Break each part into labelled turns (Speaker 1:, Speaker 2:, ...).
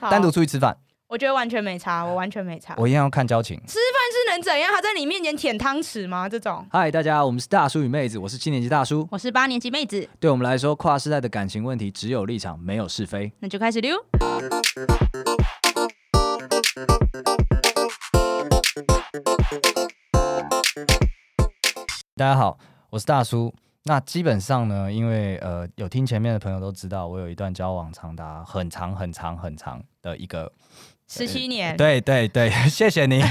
Speaker 1: 好
Speaker 2: 单独出去吃饭，
Speaker 1: 我觉得完全没差，我完全没差。
Speaker 2: 我一样要看交情。
Speaker 1: 但是能怎样？他在你面前舔汤匙吗？这种。
Speaker 3: 嗨，大家，我们是大叔与妹子，我是七年级大叔。
Speaker 1: 我是八年级妹子，
Speaker 3: 对我们来说，跨世代的感情问题只有立场，没有是非。
Speaker 1: 那就开始溜。
Speaker 2: 大家好，我是大叔。那基本上呢，因为呃，有听前面的朋友都知道，我有一段交往长达很长、很长、很长的一个
Speaker 1: 十七年，
Speaker 2: 对对对， 谢谢你。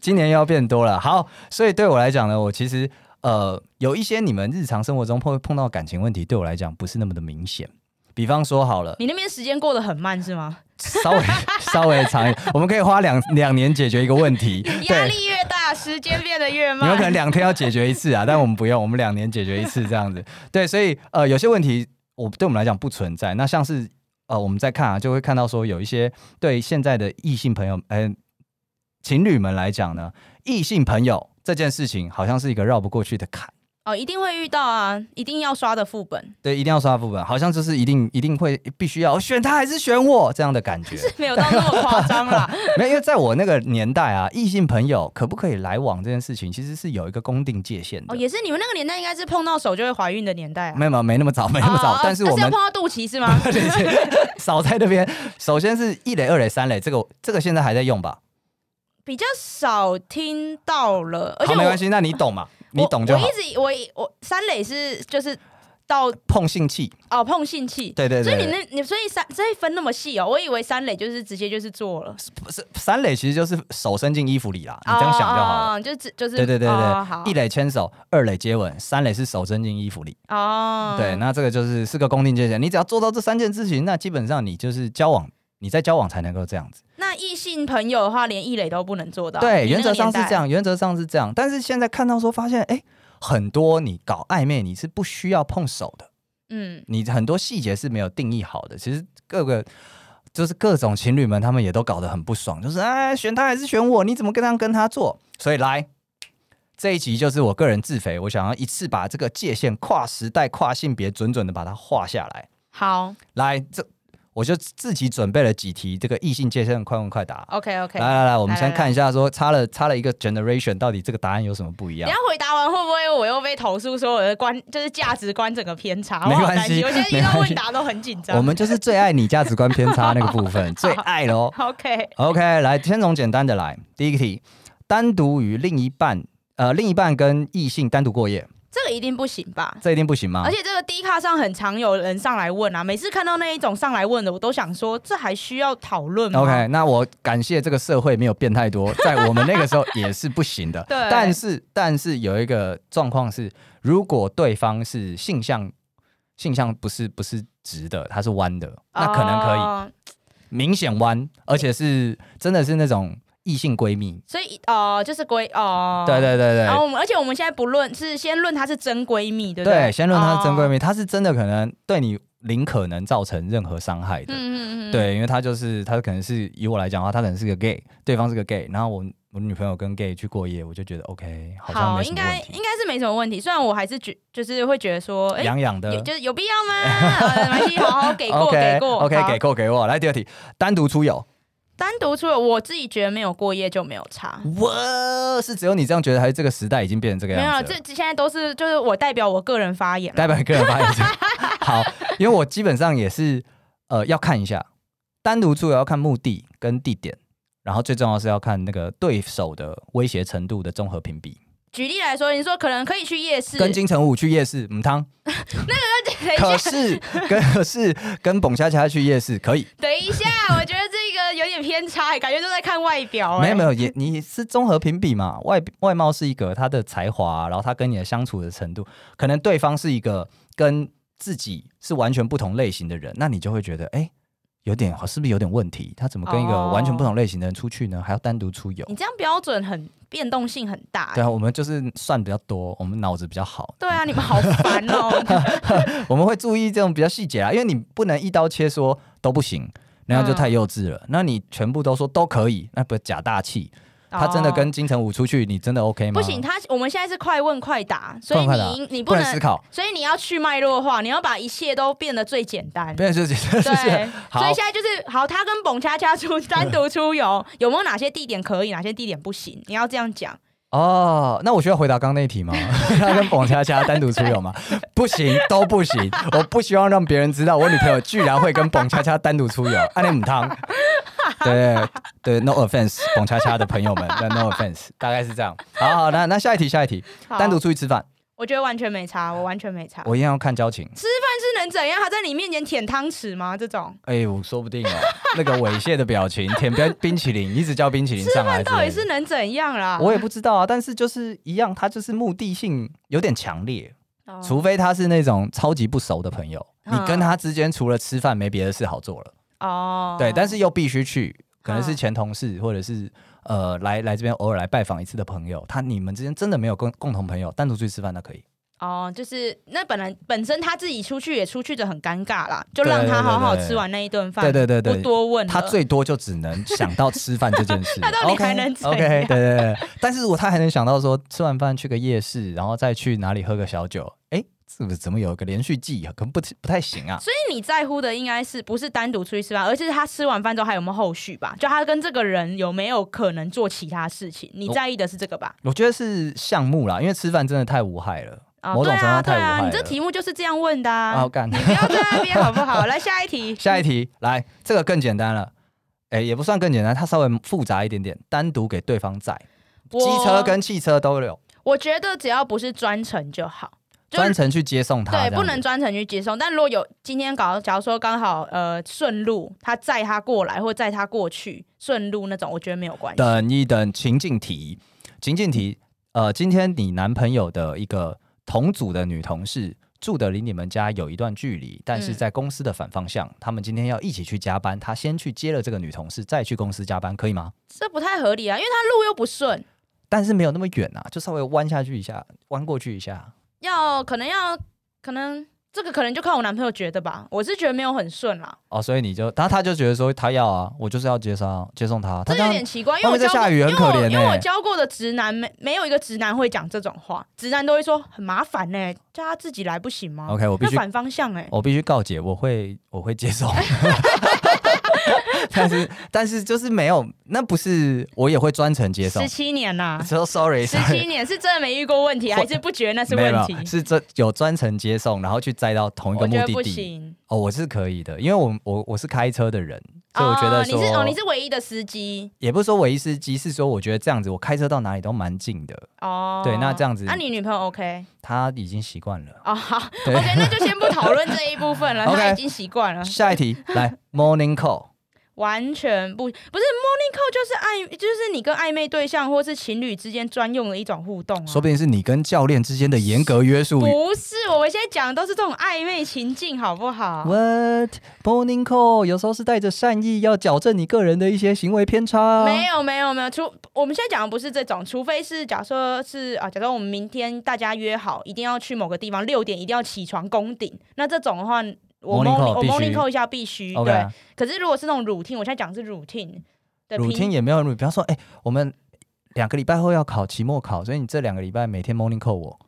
Speaker 2: 今年要变多了，好，所以对我来讲呢，我其实呃有一些你们日常生活中碰碰到感情问题，对我来讲不是那么的明显。比方说好了，
Speaker 1: 你那边时间过得很慢是吗？
Speaker 2: 稍 微稍微长一点，我们可以花两两年解决一个问题。
Speaker 1: 压
Speaker 2: 对，
Speaker 1: 力越大，时间变得越
Speaker 2: 你们可
Speaker 1: 慢。
Speaker 2: 能两天要解决一 次啊，但我们不用，我们两年解决一次这样子。对，所以呃有些问题我对我们来讲不存在。那像是呃我们在看啊，就会看到说有一些对现在的异性朋友，嗯、情侣们来讲呢，异性朋友这件事情好像是一个绕不过去的坎。
Speaker 1: 哦，一定会遇到啊，一定要刷的副本，
Speaker 2: 对，一定要刷副本，好像就是一定一定会必须要哦选他还是选我这样的感觉。
Speaker 1: 没有到那么夸张 啦。
Speaker 2: 没有，因为在我那个年代啊，异性朋友可不可以来往这件事情，其实是有一个公定界限的。
Speaker 1: 哦，也是你们那个年代，应该是碰到手就会怀孕的年代啊。
Speaker 2: 没有没有没那么早，没那么早，
Speaker 1: 哦
Speaker 2: 但是我
Speaker 1: 要
Speaker 2: 们
Speaker 1: 碰到肚脐是吗？
Speaker 2: 少在那边。首先是一垒、二垒、三垒，这个这个现在还在用吧？
Speaker 1: 比较少听到了，而且
Speaker 2: 好，
Speaker 1: 我
Speaker 2: 没关系，那你懂嘛？你
Speaker 1: 我
Speaker 2: 懂就好
Speaker 1: 我。一直我一我三垒是就是到
Speaker 2: 碰性器，
Speaker 1: 哦碰性器，
Speaker 2: 对对
Speaker 1: 所以
Speaker 2: 对
Speaker 1: 你那你所以三所以分那么细哦，我以为三垒就是直接就是做了，
Speaker 2: 不是三垒其实就是手伸进衣服里啦，你这样想就好了。
Speaker 1: 哦，就只就是
Speaker 2: 对对对
Speaker 1: 哦好
Speaker 2: 对，一垒牵手，二垒接吻，三垒是手伸进衣服里。
Speaker 1: 哦，
Speaker 2: 对，那这个就是是个公定界限，你只要做到这三件事情，那基本上你就是交往，你在交往才能够这样子。
Speaker 1: 那异性朋友的话，连一垒都不能做到，
Speaker 2: 对，
Speaker 1: 你那
Speaker 2: 原
Speaker 1: 个
Speaker 2: 则上是
Speaker 1: 年代
Speaker 2: 这，样，原则上是这样。但是现在看到说，发现哎，很多你搞暧昧，你是不需要碰手的，
Speaker 1: 嗯，
Speaker 2: 你很多细节是没有定义好的。其实各个就是各种情侣们，他们也都搞得很不爽，就是哎，选他还是选我？你怎么跟他跟他做？所以来。这一集就是我个人自肥，我想要一次把这个界限跨时代、跨性别，准准的把它画下来。
Speaker 1: 好
Speaker 2: 来，这我就自己准备了几题这个异性界限的快问快答。
Speaker 1: ，OK OK，
Speaker 2: 来来来，我们
Speaker 1: 来
Speaker 2: 先
Speaker 1: 来
Speaker 2: 看一下，说差了差了一个 generation，到底这个答案有什么不一
Speaker 1: 等
Speaker 2: 样
Speaker 1: 一？下回答完会不会我又被投诉说我的观就是价值观整个偏差？
Speaker 2: 没
Speaker 1: 我好
Speaker 2: 关
Speaker 1: 担
Speaker 2: 系
Speaker 1: 心我现在遇
Speaker 2: 没关
Speaker 1: 到问
Speaker 2: 系
Speaker 1: 答都很紧张。
Speaker 2: 我们就是最爱你价值观偏差那个部分，最爱喽。
Speaker 1: OK，
Speaker 2: OK，来，先从简单的来。第一个题，单独与另一半，呃，另一半跟异性单独过夜，
Speaker 1: 这个一定不行吧？
Speaker 2: 这一定不行吗
Speaker 1: 而？且这个 D 卡上很常有人上来问啊，每次看到那一种上来问的，我都想说，这还需要讨论吗
Speaker 2: OK，那我感谢这个社会没有变 太多，在我们那个时候也是不行的。
Speaker 1: 对
Speaker 2: 但是但是有一个状况是，如果对方是性向性向不是不是直的，他是弯的，那可能可以、
Speaker 1: 哦
Speaker 2: 明显弯，而且是真的是那种异性闺蜜。
Speaker 1: 所以哦、就是闺哦，
Speaker 2: 对。对对对。
Speaker 1: 然后我们，而且我们现在不论是先论她是真闺蜜，对不哦
Speaker 2: 对，先论她是真闺
Speaker 1: 蜜。
Speaker 2: 蜜，她是真的可能对你零可能造成任何伤害的。
Speaker 1: 嗯嗯嗯，嗯。
Speaker 2: 对，因为她就是她可能是以我来讲的话，她可能是个 gay，对方是个 gay，然后我我女朋友跟 gay 去过夜，我就觉得 OK，好像
Speaker 1: 好，
Speaker 2: 没什
Speaker 1: 应
Speaker 2: 么
Speaker 1: 该
Speaker 2: 问
Speaker 1: 应
Speaker 2: 题，
Speaker 1: 该是没什么问题。虽然我还是觉就是会觉得说，哎、
Speaker 2: 痒痒
Speaker 1: 有
Speaker 2: 的。
Speaker 1: 就是有必要 吗？啊没关系，好好给过
Speaker 2: OK
Speaker 1: 给过
Speaker 2: OK
Speaker 1: 好
Speaker 2: 给过给我，来第二题，单独出游，
Speaker 1: 单独出游，我自己觉得没有过夜就没有差。
Speaker 2: 哇，是只有你这样觉得，还是这个时代已经变成这个
Speaker 1: 没有，啊
Speaker 2: 样子
Speaker 1: 这
Speaker 2: 了？
Speaker 1: 这现在都是就是我代表我个人发言啦。
Speaker 2: 代表个人发言者。好，因为我基本上也是呃要看一下，单独出游要看目的跟地点，然后最重要是要看那个对手的威胁程度的综合评比。
Speaker 1: 举例来说，你说可能可以去夜市，
Speaker 2: 跟金城武去夜市，嗯汤，
Speaker 1: 等一
Speaker 2: 可
Speaker 1: 下，
Speaker 2: 是 跟可是跟 蹦恰恰去夜市可以，
Speaker 1: 等一下，我觉得这个有点偏差，感觉都在看外表。哎
Speaker 2: 没有没
Speaker 1: 有，
Speaker 2: 有也你是综合评比嘛，外外貌是一个他的才华，然后他跟你的相处的程度，可能对方是一个跟自己是完全不同类型的人，那你就会觉得哎。有点好，是不是有点问题？他怎么跟一个
Speaker 1: 哦
Speaker 2: 完全不同类型的人出去呢？还要单独出游？
Speaker 1: 你这样标准很变动性很大、哎
Speaker 2: 对啊，我们就是算比较多，我们脑子比较好，
Speaker 1: 对啊，你们好烦哦。
Speaker 2: 我们会注意这种比较细节啊，因为你不能一刀切说
Speaker 1: 嗯
Speaker 2: 都不行，那样就太幼稚了。那你全部都说都可以，那不是假大气。 他真的跟金城武出去，你真的 OK 吗？
Speaker 1: 哦不行，，他我们现在是快问快答，所
Speaker 2: 快
Speaker 1: 以
Speaker 2: 问快答
Speaker 1: 你你
Speaker 2: 不
Speaker 1: 不
Speaker 2: 能思
Speaker 1: 能，
Speaker 2: 考，
Speaker 1: 所以你要去脉络化，你要把一切都变得最简 单。
Speaker 2: 别人就觉得
Speaker 1: 对，
Speaker 2: 是
Speaker 1: 所
Speaker 2: 好
Speaker 1: 以现在就是好，他跟蹦恰恰出单独出游， 有没有哪些地点可以，哪些地点不行？你要这样讲，
Speaker 2: 哦。那我需要回答刚刚那一题 吗？他跟冯恰恰单独出游吗？不行，都不行。我不希望让别人知道我女朋友居然会跟冯恰恰单独出游，啊暗恋母汤。对对，no offense，冯恰恰的朋友们但，no offense，大概是这样。好好，那那下一题，下一题，
Speaker 1: 好
Speaker 2: 单独，出去吃饭，
Speaker 1: 我觉得完全没差，我完全没差。
Speaker 2: 我一样要看交情。
Speaker 1: 但是能怎样？他在你面前舔汤匙吗？这种
Speaker 2: 哎、我说不定哦，那个猥亵的表情，舔冰冰淇淋，一直叫冰淇淋上来之类的，
Speaker 1: 到底是能怎样啦？
Speaker 2: 我也不知道啊，但是就是一样，他就是目的性有点强烈，
Speaker 1: 哦
Speaker 2: 除非他是那种超级不熟的朋友，你
Speaker 1: 嗯
Speaker 2: 跟他之间除了吃饭没别的事好做了，
Speaker 1: 哦，
Speaker 2: 对，但是又必须去，可能是
Speaker 1: 嗯
Speaker 2: 前同事或者是呃来来这边偶尔来拜访一次的朋友，他你们之间真的没有共共同朋友，单独出去吃饭那可以，
Speaker 1: 哦，就是那本来本身他自己出去也出去的很尴尬啦，就
Speaker 2: 对
Speaker 1: 让
Speaker 2: 对
Speaker 1: 他
Speaker 2: 对
Speaker 1: 好好
Speaker 2: 对
Speaker 1: 吃完那一顿饭，
Speaker 2: 对对对对
Speaker 1: 不多问了。
Speaker 2: 他最多就只能想到吃饭这件 事，
Speaker 1: 他到底还能怎
Speaker 2: o k
Speaker 1: 样
Speaker 2: 对对对，但是如果他还能想到说吃完饭去个夜市，然后再去哪里喝个小酒，哎、这个怎么有个连续剧啊？可能不不太行啊。
Speaker 1: 所以你在乎的应该是不是单独出去吃饭，而是他吃完饭之后还有没有后续吧？就他跟这个人有没有可能做其他事情？你
Speaker 2: 我
Speaker 1: 在意的是这个吧？
Speaker 2: 我觉得是项目啦，因为吃饭真的太无害了，
Speaker 1: 啊，
Speaker 2: 某种
Speaker 1: 对
Speaker 2: 程度
Speaker 1: 啊，
Speaker 2: 上
Speaker 1: 对
Speaker 2: 太无害
Speaker 1: 啊，
Speaker 2: 了。
Speaker 1: 你这题目就是这样问的啊，
Speaker 2: 啊，干。
Speaker 1: 不要在那边好不好？来下一题，
Speaker 2: 下一题，来，这个更简单了，哎、也不算更简单，它稍微复杂一点点，单独给对方载，
Speaker 1: 我
Speaker 2: 机车跟汽车都有，
Speaker 1: 我觉得只要不是专程就好，就
Speaker 2: 专程去接送他，
Speaker 1: 对，
Speaker 2: 这样子
Speaker 1: 不能专程去接送。但如果有今天搞，假如说刚好呃顺路，他载他过来或载他过去，顺路那种，我觉得没有关系。
Speaker 2: 等一等，情境题，情境题，呃，今天你男朋友的一个同组的女同事住的离你们家有一段距离，但是
Speaker 1: 嗯
Speaker 2: 在公司的反方向，他们今天要一起去加班，他先去接了这个女同事，再去公司加班，可以吗？
Speaker 1: 这不太合理啊，因为他路又不顺，
Speaker 2: 但是没有那么远啊，就稍微弯下去一下，弯过去一下。
Speaker 1: 要可能要可能这个可能就看我男朋友觉得吧，我是觉得没有很顺啦，
Speaker 2: 哦，所以你就，他他就觉得说他要啊，我就是要接上接送他，
Speaker 1: 这
Speaker 2: 他这
Speaker 1: 有
Speaker 2: 样
Speaker 1: 点奇怪，因
Speaker 2: 外
Speaker 1: 为我
Speaker 2: 面在
Speaker 1: 教过
Speaker 2: 下雨很
Speaker 1: 因为
Speaker 2: 可
Speaker 1: 我
Speaker 2: 怜
Speaker 1: 因为我
Speaker 2: 欸
Speaker 1: 教过的直男没没有一个直男会讲这种话，直男都会说很麻烦呢、叫他自己来不行吗
Speaker 2: OK，我必
Speaker 1: 那
Speaker 2: 须
Speaker 1: 反方向哎、
Speaker 2: 我必须告解，我会我会接受。但是但是就是没有，那不是我也会专程接送
Speaker 1: 十。七年呐、
Speaker 2: 说 sorry
Speaker 1: 十
Speaker 2: sorry，
Speaker 1: 七年是真的没遇过 问题，
Speaker 2: 或
Speaker 1: 还是不觉得那是
Speaker 2: 没有
Speaker 1: 问
Speaker 2: 没
Speaker 1: 题
Speaker 2: 有？是这有专程接送，然后去载到同一个
Speaker 1: 我
Speaker 2: 目
Speaker 1: 觉得
Speaker 2: 的
Speaker 1: 不
Speaker 2: 地。
Speaker 1: 行。
Speaker 2: 哦，我是可以的，因为我我我是开车的人，所以我觉得
Speaker 1: 哦、
Speaker 2: 说、
Speaker 1: 你是哦，你是唯一的司机
Speaker 2: 也不是说唯一司机，是说我觉得这样子，我开车到哪里都蛮近的。
Speaker 1: 哦。
Speaker 2: 对那这样子
Speaker 1: 那、你女朋友 OK
Speaker 2: 他已经习惯了。
Speaker 1: 哦？好
Speaker 2: 对
Speaker 1: ，OK，那就先不讨论这一部分 了，他
Speaker 2: OK
Speaker 1: 已经习惯了，
Speaker 2: 下 一题，来 morning call，
Speaker 1: 完全不不是 morning call 就是暧，就是你跟暧昧对象或是情侣之间专用的一种互动啊。
Speaker 2: 说不定是你跟教练之间的严格约束。
Speaker 1: 不是，我们现在讲的都是这种暧昧情境，好不好？
Speaker 2: What morning call 有时候是带着善意，要矫正你个人的一些行为偏差。
Speaker 1: 没有没有没有，除我们现在讲的不是这种，除非是假设是啊，假设我们明天大家约好，一定要去某个地方，六点一定要起床攻顶，那这种的话，我
Speaker 2: Morning call，
Speaker 1: 我
Speaker 2: 必须
Speaker 1: morning call 一下必须
Speaker 2: OK 啊
Speaker 1: 对。可是如果是那种 routine，我现在讲的是 routine 的平
Speaker 2: routine 也没有 routine，比方说，哎、我们两个礼拜后要考期末考，所以你这两个礼拜每天 morning call 我，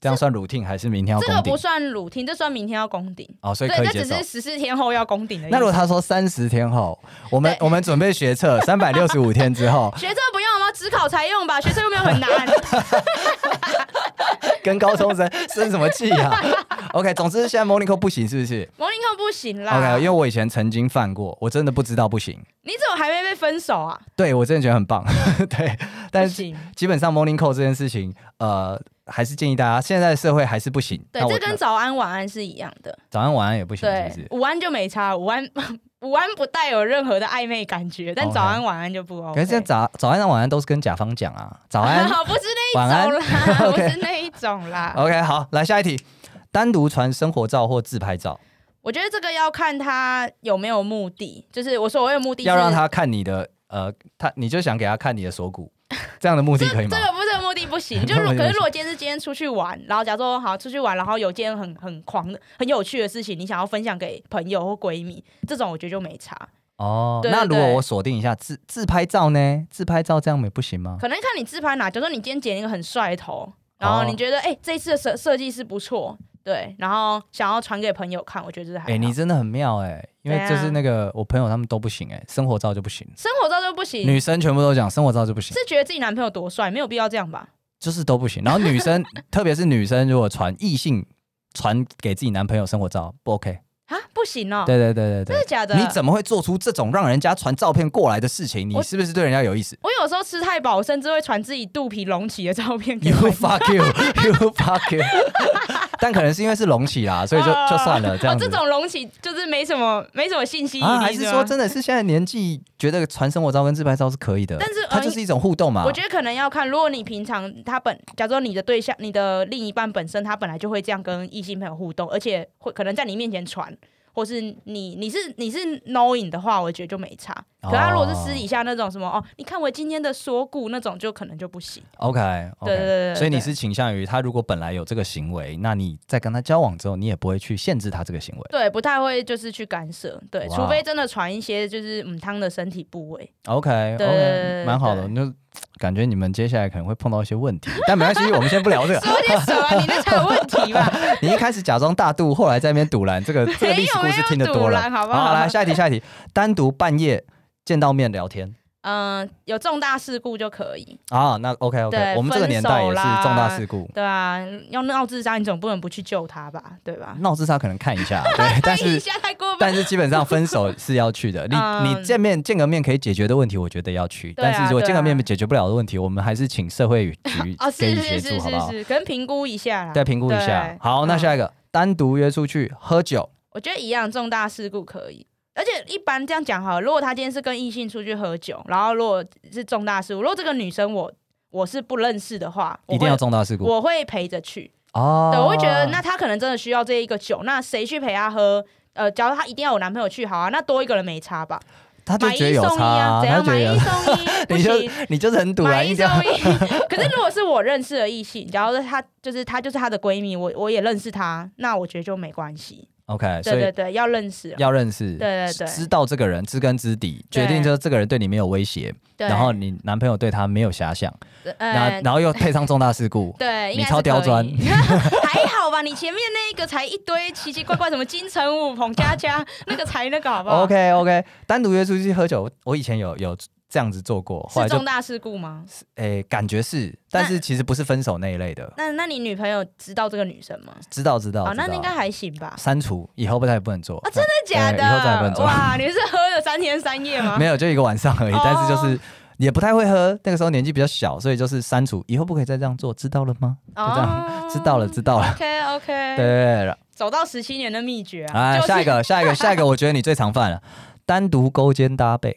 Speaker 2: 这样算 routine 还是明天要
Speaker 1: 这个
Speaker 2: 公
Speaker 1: 不
Speaker 2: 顶？
Speaker 1: 算 routine，这算明天要攻顶。
Speaker 2: 哦，所
Speaker 1: 对
Speaker 2: 以可，以
Speaker 1: 这
Speaker 2: 接
Speaker 1: 只
Speaker 2: 受
Speaker 1: 是。十四天后要攻顶的意思。
Speaker 2: 那如果他说三十天后，我们
Speaker 1: 对
Speaker 2: 我们准备学测三百六十五天之后，
Speaker 1: 学测不用吗？只考才用吧，学测又没有很 难。
Speaker 2: 跟高 中生生什么气啊？OK，总之现在 morning call 不行，是不是
Speaker 1: morning call 不行啦。
Speaker 2: ？OK，因为我以前曾经犯过，我真的不知道不行。
Speaker 1: 你怎么还没被分手啊？
Speaker 2: 对我真的觉得很棒， 对，但
Speaker 1: 不
Speaker 2: 是
Speaker 1: 行，
Speaker 2: 基本上 morning call 这件事情，呃，还是建议大家现在的社会还是不行。
Speaker 1: 对
Speaker 2: 那，我
Speaker 1: 这跟早安晚安是一样的。
Speaker 2: 早安晚安也不行，是不
Speaker 1: 对
Speaker 2: 是，？
Speaker 1: 午安就没差，午安 午安不带有任何的暧昧感觉，但
Speaker 2: OK
Speaker 1: 早安晚安就不 OK。
Speaker 2: 哦可是这早早安到晚安都是跟甲方讲啊，早安。
Speaker 1: 不是
Speaker 2: 晚
Speaker 1: 那
Speaker 2: 安
Speaker 1: 一种啦，不
Speaker 2: OK 哦
Speaker 1: 是那一种啦。
Speaker 2: OK，好，来下一题，单独传生活照或自拍照，
Speaker 1: 我觉得这个要看他有没有目的，就是我所谓的目的是
Speaker 2: 要让他看你的，呃，他你就想给他看你的锁骨，这样的目的可以吗
Speaker 1: 这？个不是这个目的不 行，就是如可是如果今天是今天出去玩，然后假如说好出去玩，然后有件很很狂的、很有趣的事情，你想要分享给朋友或闺蜜，这种我觉得就没差。
Speaker 2: 哦，
Speaker 1: 对
Speaker 2: 那
Speaker 1: 对
Speaker 2: 如果
Speaker 1: 对
Speaker 2: 我锁定一下自自拍照呢？自拍照这样也不行吗？
Speaker 1: 可能看你自拍哪，假如说你今天剪一个很帅的头，然后
Speaker 2: 哦
Speaker 1: 你觉得哎、这一次的设设计师不错，对，然后想要传给朋友看，我觉得这还好。
Speaker 2: 哎、你真的很妙哎、因为
Speaker 1: 怎
Speaker 2: 就是
Speaker 1: 样
Speaker 2: 那个我朋友他们都不行哎、生活照就不行，
Speaker 1: 生活照就不行，
Speaker 2: 女生全部都讲生活照就不行，
Speaker 1: 是觉得自己男朋友多帅，没有必要这样吧？
Speaker 2: 就是都不行。然后女生， 特别是女生，如果传异性传给自己男朋友生活照不 OK，
Speaker 1: 啊，不行哦，
Speaker 2: 对对对对
Speaker 1: 真
Speaker 2: 对
Speaker 1: 的。假的？
Speaker 2: 你怎么会做出这种让人家传照片过来的事情？你
Speaker 1: 我
Speaker 2: 是不是对人家有 意思
Speaker 1: 我有时候吃太饱，我甚至会传自己肚皮隆起的照片给
Speaker 2: ？You
Speaker 1: 朋友
Speaker 2: fuck you, you fuck you。但可能是因为是隆起啦，所以就
Speaker 1: 哦
Speaker 2: 就算了这样
Speaker 1: 哦，
Speaker 2: 子。
Speaker 1: 这种隆起就是没什么没什么信息引力、
Speaker 2: 啊，还是
Speaker 1: 吗
Speaker 2: 说真的是现在年纪觉得传生活照跟自拍照是可以的，
Speaker 1: 但是
Speaker 2: 它
Speaker 1: 呃
Speaker 2: 就是一种互动嘛。
Speaker 1: 我觉得可能要看，如果你平常他本，假如说你的对象、你的另一半本身他本来就会这样跟异性朋友互动，而且会可能在你面前传，或是你你是你是 knowing 的话，我觉得就没差。可他如果是私底下那种什么哦，你看我今天的锁骨那种，就可能就不行。
Speaker 2: OK，,
Speaker 1: 对对对对
Speaker 2: 所以你是倾向于他如果本来有这个行为，那你在跟他交往之后，你也不会去限制他这个行为。
Speaker 1: 对，不太会就是去干涉，对，
Speaker 2: 哇
Speaker 1: 除非真的传一些就是嗯汤的身体部 位。
Speaker 2: OK
Speaker 1: 对
Speaker 2: OK，蛮好的，
Speaker 1: 对
Speaker 2: 那感觉你们接下来可能会碰到一些问题，但没关系，我们先 不聊这个。
Speaker 1: 说点什么？你那才有问题吧？
Speaker 2: 你一开始假装大度，后来在那边堵拦，这个这个历史故事听得多
Speaker 1: 没有没有堵
Speaker 2: 了
Speaker 1: 拦，好不好
Speaker 2: 来下一题，下一题，单独半夜见到面聊天
Speaker 1: 嗯、有重大事故就可以，
Speaker 2: 啊，那 OK
Speaker 1: 对
Speaker 2: OK，我们这个年代也
Speaker 1: 分
Speaker 2: 是
Speaker 1: 手啦
Speaker 2: 重大事故，
Speaker 1: 对啊，要闹自杀，你总不能不去救他吧？对吧？
Speaker 2: 啊闹自杀可能看一 下，啊对，但
Speaker 1: 一
Speaker 2: 是
Speaker 1: 下太过分。
Speaker 2: 但是基本上分手是要去的。你
Speaker 1: 嗯
Speaker 2: 你见面见个面可以解决的问题，我觉得要去。
Speaker 1: 对啊
Speaker 2: 但是如果见个面
Speaker 1: 对啊
Speaker 2: 解决不了的问题，我们还是请社会局
Speaker 1: 哦，
Speaker 2: 给
Speaker 1: 是
Speaker 2: 予
Speaker 1: 是
Speaker 2: 协
Speaker 1: 是
Speaker 2: 助，好不
Speaker 1: 是
Speaker 2: 好？
Speaker 1: 是，可能评估一下啦。
Speaker 2: 再评估一下
Speaker 1: 对。
Speaker 2: 好，那
Speaker 1: 嗯
Speaker 2: 下一个单独约出去喝酒，
Speaker 1: 我觉得一样，重大事故可以。而且一般这样讲好了，如果他今天是跟异性出去喝酒，然后如果是重大事故，如果这个女生我我是不认识的话，我
Speaker 2: 一定要
Speaker 1: 会
Speaker 2: 重大事故
Speaker 1: 我会陪着去。
Speaker 2: 哦。
Speaker 1: 对，我会觉得那他可能真的需要这一个酒，那谁去陪他喝？呃，假如他一定要有男朋友去，好啊，那多一个人没差吧？
Speaker 2: 他就
Speaker 1: 买
Speaker 2: 觉得
Speaker 1: 一
Speaker 2: 有
Speaker 1: 送一
Speaker 2: 差
Speaker 1: 啊，
Speaker 2: 啊，
Speaker 1: 怎
Speaker 2: 他
Speaker 1: 样？
Speaker 2: 就觉
Speaker 1: 买
Speaker 2: 得
Speaker 1: 一
Speaker 2: 有。
Speaker 1: 送一不
Speaker 2: 你
Speaker 1: 行
Speaker 2: 就。你就是很堵
Speaker 1: 买
Speaker 2: 然
Speaker 1: 一
Speaker 2: 一
Speaker 1: 送
Speaker 2: 点。
Speaker 1: 一。 可是如果是我认识的异性，假如是她就是她就是她的闺蜜，我我也认识她，那我觉得就没关系。
Speaker 2: OK，所
Speaker 1: 对对
Speaker 2: 以
Speaker 1: 对，要认识。
Speaker 2: 要认识，
Speaker 1: 对对对
Speaker 2: 知道这个人知根知底，决定
Speaker 1: 对
Speaker 2: 就是这个人对你没有威胁，
Speaker 1: 对，
Speaker 2: 然后你男朋友对他没有遐想，然
Speaker 1: 呃，
Speaker 2: 然后又配上重大事故，
Speaker 1: 对，应
Speaker 2: 你
Speaker 1: 该
Speaker 2: 超
Speaker 1: 是
Speaker 2: 刁
Speaker 1: 可
Speaker 2: 钻
Speaker 1: 以 还好吧？你前面那一个才一堆奇奇怪怪，什么金城武、彭佳佳，那个才那个 好不好？
Speaker 2: 哦 OK OK，单独约出去喝酒，我以前有有这样子做过，后
Speaker 1: 是
Speaker 2: 来就
Speaker 1: 重大事故吗？
Speaker 2: 诶、感觉是，但是其实不是分手那一类的，
Speaker 1: 那那你女朋友知道这个女生吗？
Speaker 2: 知道知道，
Speaker 1: 哦，那
Speaker 2: 知道
Speaker 1: 应该还行吧？
Speaker 2: 删除以后不太不能做
Speaker 1: 啊，真的假
Speaker 2: 对以后再也不能
Speaker 1: 的？
Speaker 2: 做
Speaker 1: 哇，你是喝了三天三夜吗
Speaker 2: 没？有就一个晚上 而已，
Speaker 1: 哦
Speaker 2: 但是就是。也不太会喝，那个时候年纪比较小，所以就是删除，以后不可以再这样做，知道了吗？就这样，
Speaker 1: 哦
Speaker 2: 知道了，知道了。
Speaker 1: OK
Speaker 2: 对
Speaker 1: OK，
Speaker 2: 对对对，
Speaker 1: 走到十七年的秘诀啊，
Speaker 2: 哎，
Speaker 1: 就是
Speaker 2: 下一个，下一个，下一个，我觉得你最常犯了，单独勾肩搭背，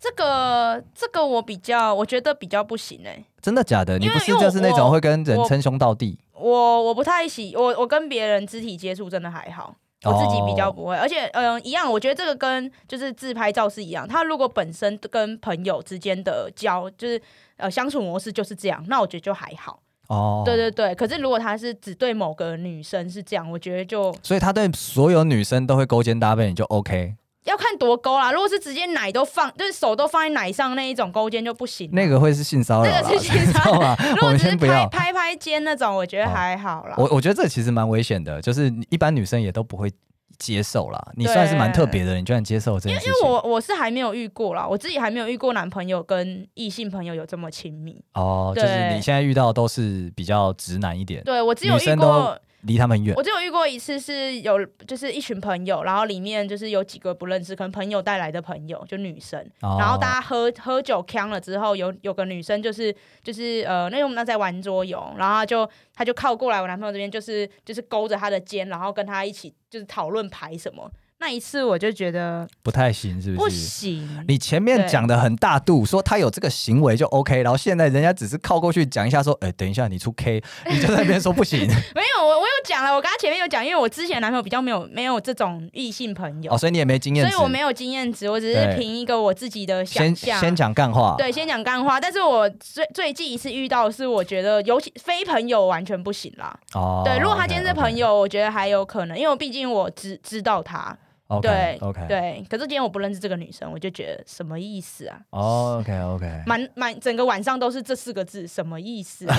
Speaker 1: 这个这个我比较，我觉得比较不行哎、
Speaker 2: 真的假的？你
Speaker 1: 因为
Speaker 2: 不是
Speaker 1: 因为
Speaker 2: 就是那
Speaker 1: 我
Speaker 2: 种会跟人
Speaker 1: 我
Speaker 2: 称兄道弟？
Speaker 1: 我我不太喜我我跟别人肢体接触真的还好，我
Speaker 2: 哦
Speaker 1: 自己比较不会，而且嗯、一样，我觉得这个跟就是自拍照是一样，他如果本身跟朋友之间的交就是呃相处模式就是这样，那我觉得就还好。
Speaker 2: 哦，
Speaker 1: 对对对，可是如果他是只对某个女生是这样，我觉得就
Speaker 2: 所以他对所有女生都会勾肩搭背，你就 OK。
Speaker 1: 要看多勾啦。如果是直接奶都放，就是手都放在奶上那一种勾肩就不行。
Speaker 2: 那个哦会是性骚扰啦，
Speaker 1: 那 个是性
Speaker 2: 知
Speaker 1: 骚
Speaker 2: 道吗？
Speaker 1: 如
Speaker 2: 我
Speaker 1: 果
Speaker 2: 们
Speaker 1: 只是
Speaker 2: 先不
Speaker 1: 拍
Speaker 2: 要。
Speaker 1: 拍拍肩那种，我觉得
Speaker 2: 哦
Speaker 1: 还好啦。
Speaker 2: 我我觉得这其实蛮危险的，就是你一般女生也都不会接受啦。你
Speaker 1: 对
Speaker 2: 算是蛮特别的，你居然接受这件事
Speaker 1: 因
Speaker 2: 情
Speaker 1: 为我我是还没有遇过啦，我自己还没有遇过男朋友跟异性朋友有这么亲 密。
Speaker 2: 哦，就
Speaker 1: 对
Speaker 2: 是你现在遇到都是比较直男一点，
Speaker 1: 对我只有
Speaker 2: 女
Speaker 1: 遇
Speaker 2: 生都
Speaker 1: 过，
Speaker 2: 离他们很远
Speaker 1: 我只有遇过一次是有就是一群朋友，然后里面就是有几个不认识，可能朋友带来的朋友就女生，
Speaker 2: 哦
Speaker 1: 然后大家喝喝酒呛了之后，有有个女生就是就是呃，那天我们那在玩桌游，然后她就她就靠过来我男朋友这边，就是就是勾着他的肩，然后跟他一起就是讨论牌什么。那一次我就觉得
Speaker 2: 不太行，是
Speaker 1: 不
Speaker 2: 不是？
Speaker 1: 行，
Speaker 2: 你前面
Speaker 1: 对
Speaker 2: 讲的很大度，说他有这个行为就 OK，然后现在人家只是靠过去讲一下，说，哎、等一下你出 K，你就在那边说不 行，
Speaker 1: 没有我我有讲了，我刚刚前面有讲，因为我之前的男朋友比较没有没有这种异性朋友，
Speaker 2: 哦，所以你也没经验
Speaker 1: 所
Speaker 2: 值，
Speaker 1: 以我没有经验值，我只
Speaker 2: 对
Speaker 1: 是凭一个我自己的想
Speaker 2: 先
Speaker 1: 象。
Speaker 2: 先讲干话，
Speaker 1: 对，先讲干话，但是我最最近一次遇到的是，我觉得尤其非朋友完全不行啦。
Speaker 2: 哦，
Speaker 1: 对，如果他今天是
Speaker 2: OK，OK
Speaker 1: 朋友，我觉得还有可能，因为我毕竟我知知道他。
Speaker 2: OK
Speaker 1: 对
Speaker 2: OK
Speaker 1: 对，可是今天我不认识这个女生，我就觉得什么意思啊？
Speaker 2: OK OK，
Speaker 1: 满满整个晚上都是这四个字，什么意思、啊？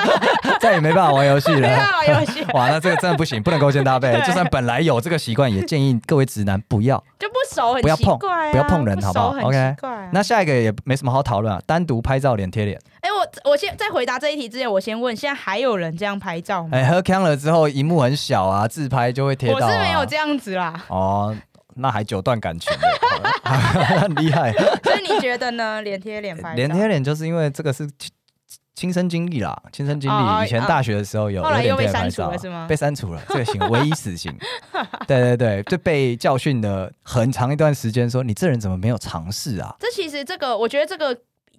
Speaker 2: 再也没办法玩游戏
Speaker 1: 对
Speaker 2: 了。
Speaker 1: 啊，游戏
Speaker 2: 哇，那这个真的不行，不能勾肩搭背。就算本来有这个习惯，也建议各位直男不要。
Speaker 1: 就不熟，很
Speaker 2: 不要
Speaker 1: 奇
Speaker 2: 碰
Speaker 1: 怪啊、
Speaker 2: 不要碰人
Speaker 1: 熟
Speaker 2: 好不好
Speaker 1: 很
Speaker 2: OK
Speaker 1: 奇怪啊
Speaker 2: 那下一个也没什么好讨论啊，单独拍照脸贴脸。
Speaker 1: 哎、我我先在回答这一题之前，我先问，现在还有人这样拍照吗？
Speaker 2: 哎，喝康了之后，荧幕很小啊，自拍就会贴
Speaker 1: 我
Speaker 2: 到、啊。
Speaker 1: 是没有这样子啦，
Speaker 2: 哦，那还九段感情的， 很厉害。
Speaker 1: 所以你觉得呢？脸贴脸拍照，
Speaker 2: 脸贴脸就是因为这个是亲亲身经历啦，亲身经
Speaker 1: 哦哦
Speaker 2: 历。以前大学的时候有，
Speaker 1: 后来又
Speaker 2: 有
Speaker 1: 被
Speaker 2: 脸贴脸
Speaker 1: 删
Speaker 2: 拍
Speaker 1: 除
Speaker 2: 照
Speaker 1: 了
Speaker 2: 啊
Speaker 1: 是吗
Speaker 2: 被 删除了，这个刑唯一死刑。对对对，就被教训了很长一段时间，说你这人怎么没有尝试啊？
Speaker 1: 这其实这个，我觉得这个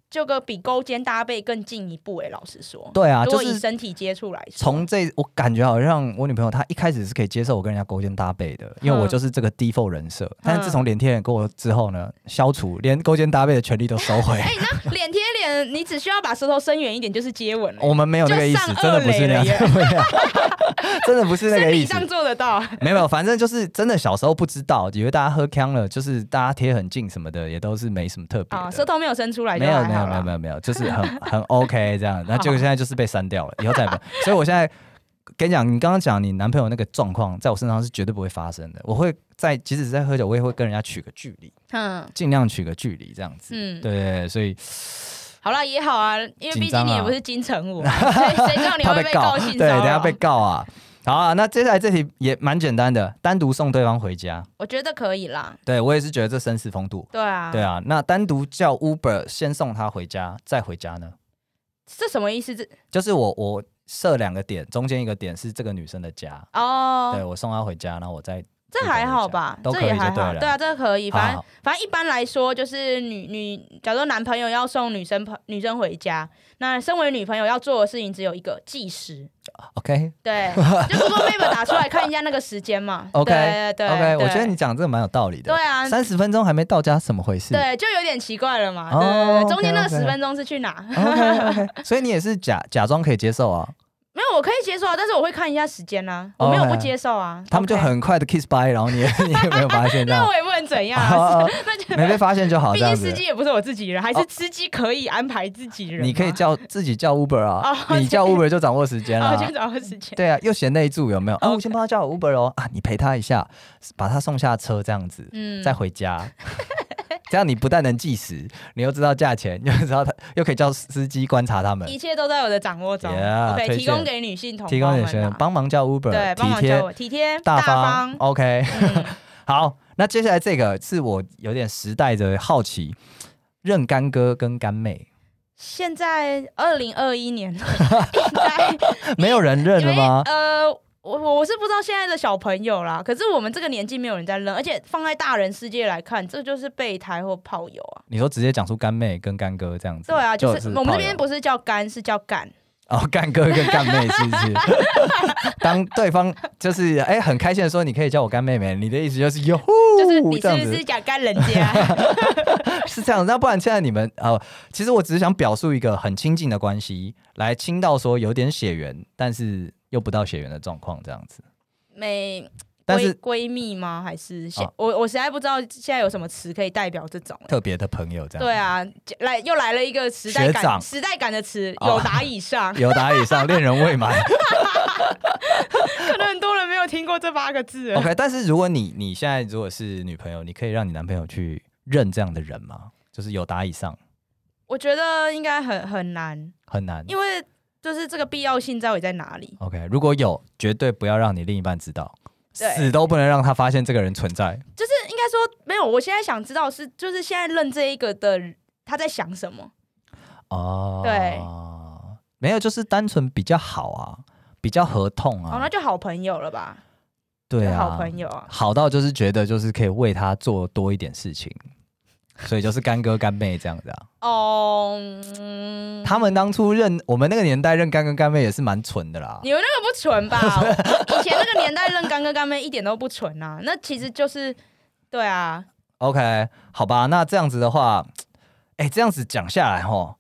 Speaker 1: 这个比勾肩搭背更进一步哎、老实说，
Speaker 2: 对啊，
Speaker 1: 如
Speaker 2: 就
Speaker 1: 果以
Speaker 2: 是
Speaker 1: 身体接触来说，
Speaker 2: 从这，我感觉好像我女朋友她一开始是可以接受我跟人家勾肩搭背
Speaker 1: 嗯
Speaker 2: 的，因为我就是这个 default 人设。但是自从脸贴脸跟我之后呢，消除连勾肩搭背的权利都收回。
Speaker 1: 哎、那 脸贴脸，你只需要把舌头伸远一点就是接吻了，
Speaker 2: 我们没有那个意思，
Speaker 1: 就上
Speaker 2: 真的不是那
Speaker 1: 二垒
Speaker 2: 样，
Speaker 1: 了耶
Speaker 2: 真的不是那
Speaker 1: 生
Speaker 2: 个意
Speaker 1: 理
Speaker 2: 思。
Speaker 1: 上做得 到。
Speaker 2: 没有没有，反正就是真的小时候不知道，以为大家喝康了，就是大家贴很近什么的，也都是没什么特别
Speaker 1: 啊，
Speaker 2: 的。
Speaker 1: 舌头没有伸出来就
Speaker 2: 没有
Speaker 1: 还
Speaker 2: 没
Speaker 1: 好
Speaker 2: 有没有
Speaker 1: 啦
Speaker 2: 没。有没有，就是很 很 OK 这样，然后结果现在就是被删掉了，以后再也没有。 所以我现在跟你讲，你刚刚讲你男朋友那个状况，在我身上是绝对不会发生的。我会在即使是在喝酒，我也会跟人家取个距离，
Speaker 1: 嗯
Speaker 2: 尽量取个距离这样子。
Speaker 1: 嗯，
Speaker 2: 对对对，所以
Speaker 1: 好了也好啊，因为毕
Speaker 2: 紧
Speaker 1: 竟
Speaker 2: 张
Speaker 1: 你也
Speaker 2: 啊
Speaker 1: 不是金城武啊， 谁谁知 道你
Speaker 2: 怕
Speaker 1: 会
Speaker 2: 被
Speaker 1: 被
Speaker 2: 告，
Speaker 1: 告性
Speaker 2: 对，
Speaker 1: 骚
Speaker 2: 等下
Speaker 1: 扰
Speaker 2: 被？告啊。好啊，那接下来这题也蛮简单的，单独送对方回家。
Speaker 1: 我觉得可以啦，
Speaker 2: 对我也是觉得这绅士风度。
Speaker 1: 对啊，
Speaker 2: 对啊，那单独叫 Uber 先送他回家，再回家呢？
Speaker 1: 这什么意思？这
Speaker 2: 就是我我设两个点，中间一个点是这个女生的家，对
Speaker 1: 哦，
Speaker 2: 我送她回家，然后我再
Speaker 1: 这还好吧，
Speaker 2: 都
Speaker 1: 这
Speaker 2: 可以
Speaker 1: 也
Speaker 2: 就
Speaker 1: 还
Speaker 2: 对
Speaker 1: 好，
Speaker 2: 了
Speaker 1: 对啊，这个可以，反
Speaker 2: 好
Speaker 1: 正反正一般来说就是女女，假如男朋友要送女生朋女生回家，那身为女朋友要做的事情只有一个计时，
Speaker 2: OK
Speaker 1: 对，就 Google Map 打出来看一下那个时间嘛。
Speaker 2: OK
Speaker 1: 对对
Speaker 2: OK，我觉得
Speaker 1: 对
Speaker 2: 你讲这个蛮有道理的。
Speaker 1: 对啊。
Speaker 2: 三十分钟还没到家，怎么回事？
Speaker 1: 对，就有点奇怪了嘛。
Speaker 2: 哦
Speaker 1: 对对对，中间那个
Speaker 2: OK，OK
Speaker 1: 十分钟是去哪？
Speaker 2: ，OK OK，所以你也是假假装可以接受啊，
Speaker 1: 没有，我可以接受啊，但是我会看一下时间呐、我没有
Speaker 2: 哦 OK
Speaker 1: 不接受啊。
Speaker 2: 他们就
Speaker 1: OK
Speaker 2: 很快的 kiss bye，然后 你也你也没有发现这
Speaker 1: 那
Speaker 2: 样，
Speaker 1: 我也不能怎样、
Speaker 2: 哦
Speaker 1: 啊
Speaker 2: 哦，
Speaker 1: 那就
Speaker 2: 没被发现就好
Speaker 1: 毕
Speaker 2: 这样
Speaker 1: 竟
Speaker 2: 子
Speaker 1: 司。机也不是我自己人，还
Speaker 2: 哦
Speaker 1: 是司机可以安排自己人嘛。
Speaker 2: 你可以叫自己叫 Uber 啊，
Speaker 1: 哦
Speaker 2: 你叫 Uber 就掌握时间
Speaker 1: 啊，
Speaker 2: 了
Speaker 1: 我。就找个时间。
Speaker 2: 对啊，又贤内助有没有？啊，
Speaker 1: OK
Speaker 2: 我先帮他叫 Uber 哦，啊，你陪他一下，把他送下车这样子，
Speaker 1: 嗯
Speaker 2: 再回家。 这样你不但能计时，你又知道价钱，又知道他，又可以叫司机观察他们，
Speaker 1: 一切都在我的掌握中。
Speaker 2: Yeah，
Speaker 1: OK，
Speaker 2: 推荐
Speaker 1: 提供给女性同胞
Speaker 2: 啊提供
Speaker 1: 们
Speaker 2: 给
Speaker 1: 啦
Speaker 2: 学生帮忙叫 Uber，
Speaker 1: 对，帮
Speaker 2: 体
Speaker 1: 忙教
Speaker 2: 贴
Speaker 1: 我体贴
Speaker 2: 大
Speaker 1: 方
Speaker 2: 方。。OK，
Speaker 1: 嗯
Speaker 2: 好，那接下来这个是我有点时代的好奇，认干哥跟干妹，
Speaker 1: 现在二零二一年 了，应该
Speaker 2: 没有人认
Speaker 1: 因
Speaker 2: 了
Speaker 1: 为
Speaker 2: 吗？
Speaker 1: 呃，我我是不知道现在的小朋友啦，可是我们这个年纪没有人在认，而且放在大人世界来看，这就是备胎或炮友啊。
Speaker 2: 你说直接讲出干妹跟干哥这样子，
Speaker 1: 对啊，就是是我们
Speaker 2: 炮
Speaker 1: 这
Speaker 2: 友
Speaker 1: 边不是叫干，是叫干。
Speaker 2: 哦， 干哥跟干妹是不是？ 当对方就是哎、很开心的说，你可以叫我干妹妹，你的意思就是哟呼，
Speaker 1: 就是你
Speaker 2: 这
Speaker 1: 是不
Speaker 2: 样子
Speaker 1: 是想干人 家？
Speaker 2: 是这样。那不然现在你们哦，其实我只是想表述一个很亲近的关系，来亲到说有点血缘，但是又不到血缘的状况这样子。
Speaker 1: 没。
Speaker 2: 但
Speaker 1: 闺
Speaker 2: 是
Speaker 1: 闺蜜吗？还是现、
Speaker 2: 哦
Speaker 1: 我我实在不知道现在有什么词可以代表这种。
Speaker 2: 特别的朋友这样，
Speaker 1: 对啊，来又来了一个时代
Speaker 2: 学长
Speaker 1: 感时代感的词，
Speaker 2: 哦
Speaker 1: 有达以 上，
Speaker 2: 有达以上，恋人未 满。
Speaker 1: 可能很多人没有听过这八个字。
Speaker 2: OK，但是如果你你现在如果是女朋友，你可以让你男朋友去认这样的人吗？就是有达以上
Speaker 1: 我觉得应该很很难，
Speaker 2: 很难。
Speaker 1: 因为就是这个必要性到底在哪里？
Speaker 2: OK，如果有，绝对不要让你另一半知道，
Speaker 1: 对
Speaker 2: 死都不能让他发现这个人存在。
Speaker 1: 就是应该说没有，我现在想知道是就是现在认这一个的人他在想什么？
Speaker 2: 哦，
Speaker 1: 对，
Speaker 2: 没有，就是单纯比较好啊，比较合痛
Speaker 1: 哦，
Speaker 2: 啊，
Speaker 1: 那就好朋友了吧？
Speaker 2: 对
Speaker 1: 就
Speaker 2: 啊，
Speaker 1: 好朋友啊。
Speaker 2: 好到就是觉得就是可以为他做多一点事情。所以就是干哥干妹这样子啊，
Speaker 1: 哦、嗯
Speaker 2: 他们当初认我们那个年代认干哥干妹也是蛮蠢的啦。
Speaker 1: 你们那个不纯吧？ 以前那个年代认干哥干妹一点都不纯啊，那其实就是对啊，
Speaker 2: OK，好吧，那这样子的话，哎、这样子讲下来吼，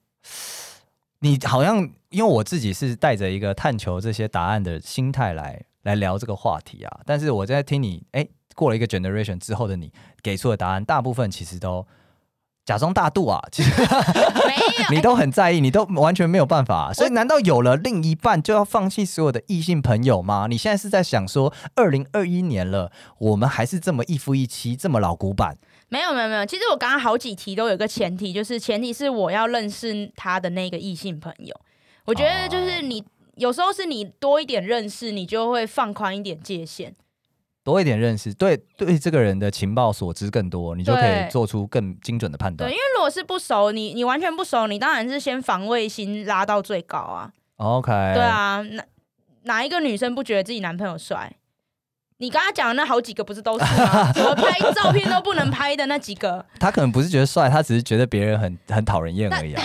Speaker 2: 你好像因为我自己是带着一个探求这些答案的心态来来聊这个话题啊，但是我在听你，哎、过了一个 generation 之后的你给出的答案，大部分其实都假装大度啊，其实
Speaker 1: 没有，
Speaker 2: 你都很在意，你都完全没有办法、啊所以，难道有了另一半就要放弃所有的异性朋友吗？你现在是在想说，二零二一年了，我们还是这么一夫一妻，这么老古板？
Speaker 1: 哎没有没有没有，其实我刚刚好几题都有一个前提，就是前提是我要认识他的那个异性朋友。我觉得就是你、有时候是你多一点认识，你就会放宽一点界限。
Speaker 2: 多一点认识，对对这个人的情报所知更多，你就可以
Speaker 1: 对
Speaker 2: 做出更精准的判断
Speaker 1: 对，因。为如果是不熟，你你完全不熟，你当然是先防卫心拉到最高啊。
Speaker 2: OK，
Speaker 1: 对，啊，哪哪一个女生不觉得自己男朋友帅？你刚刚讲的那好几个不是都是吗？怎么拍照片都不能拍的那几个，
Speaker 2: 他可能不是觉得帅，他只是觉得别人很很讨人厌而已、啊。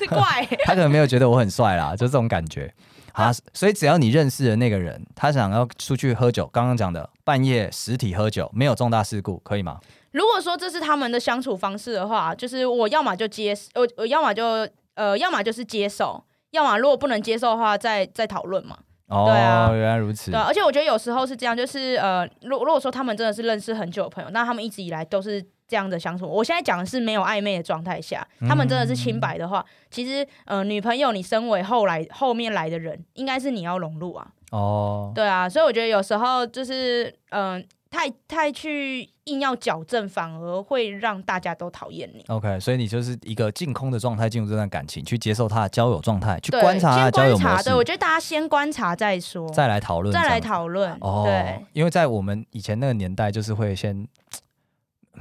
Speaker 1: 是怪。
Speaker 2: 他可能没有觉得我很帅啦，就这种感觉。啊，所以只要你认识的那个人，他想要出去喝酒，刚刚讲的半夜实体喝酒，没有重大事故，可以吗？
Speaker 1: 如果说这是他们的相处方式的话，就是我要么就接，我我要么就呃，要么就是接受，要么如果不能接受的话，再再讨论嘛。
Speaker 2: 哦，
Speaker 1: 对啊
Speaker 2: 原来如此
Speaker 1: 对啊、而且我觉得有时候是这样，就是呃，如如果说他们真的是认识很久的朋友，那他们一直以来都是这样的相处。我现在讲的是没有暧昧的状态下，他们真的是清白的话，
Speaker 2: 嗯
Speaker 1: 其实呃，女朋友你身为后来后面来的人，应该是你要融入啊。
Speaker 2: 哦。
Speaker 1: 对啊，所以我觉得有时候就是，嗯、太太去硬要矫正，反而会让大家都讨厌你。
Speaker 2: OK，所以你就是一个净空的状态进入这段感情，去接受他的交友状态，去
Speaker 1: 对，
Speaker 2: 观察他的
Speaker 1: 先
Speaker 2: 交友
Speaker 1: 观
Speaker 2: 模
Speaker 1: 察，对我
Speaker 2: 式，
Speaker 1: 觉得大家先观察再说，
Speaker 2: 再来讨论，
Speaker 1: 再
Speaker 2: 这
Speaker 1: 来
Speaker 2: 样
Speaker 1: 讨论。
Speaker 2: 哦
Speaker 1: 对，，
Speaker 2: 因为在我们以前那个年代，就是会先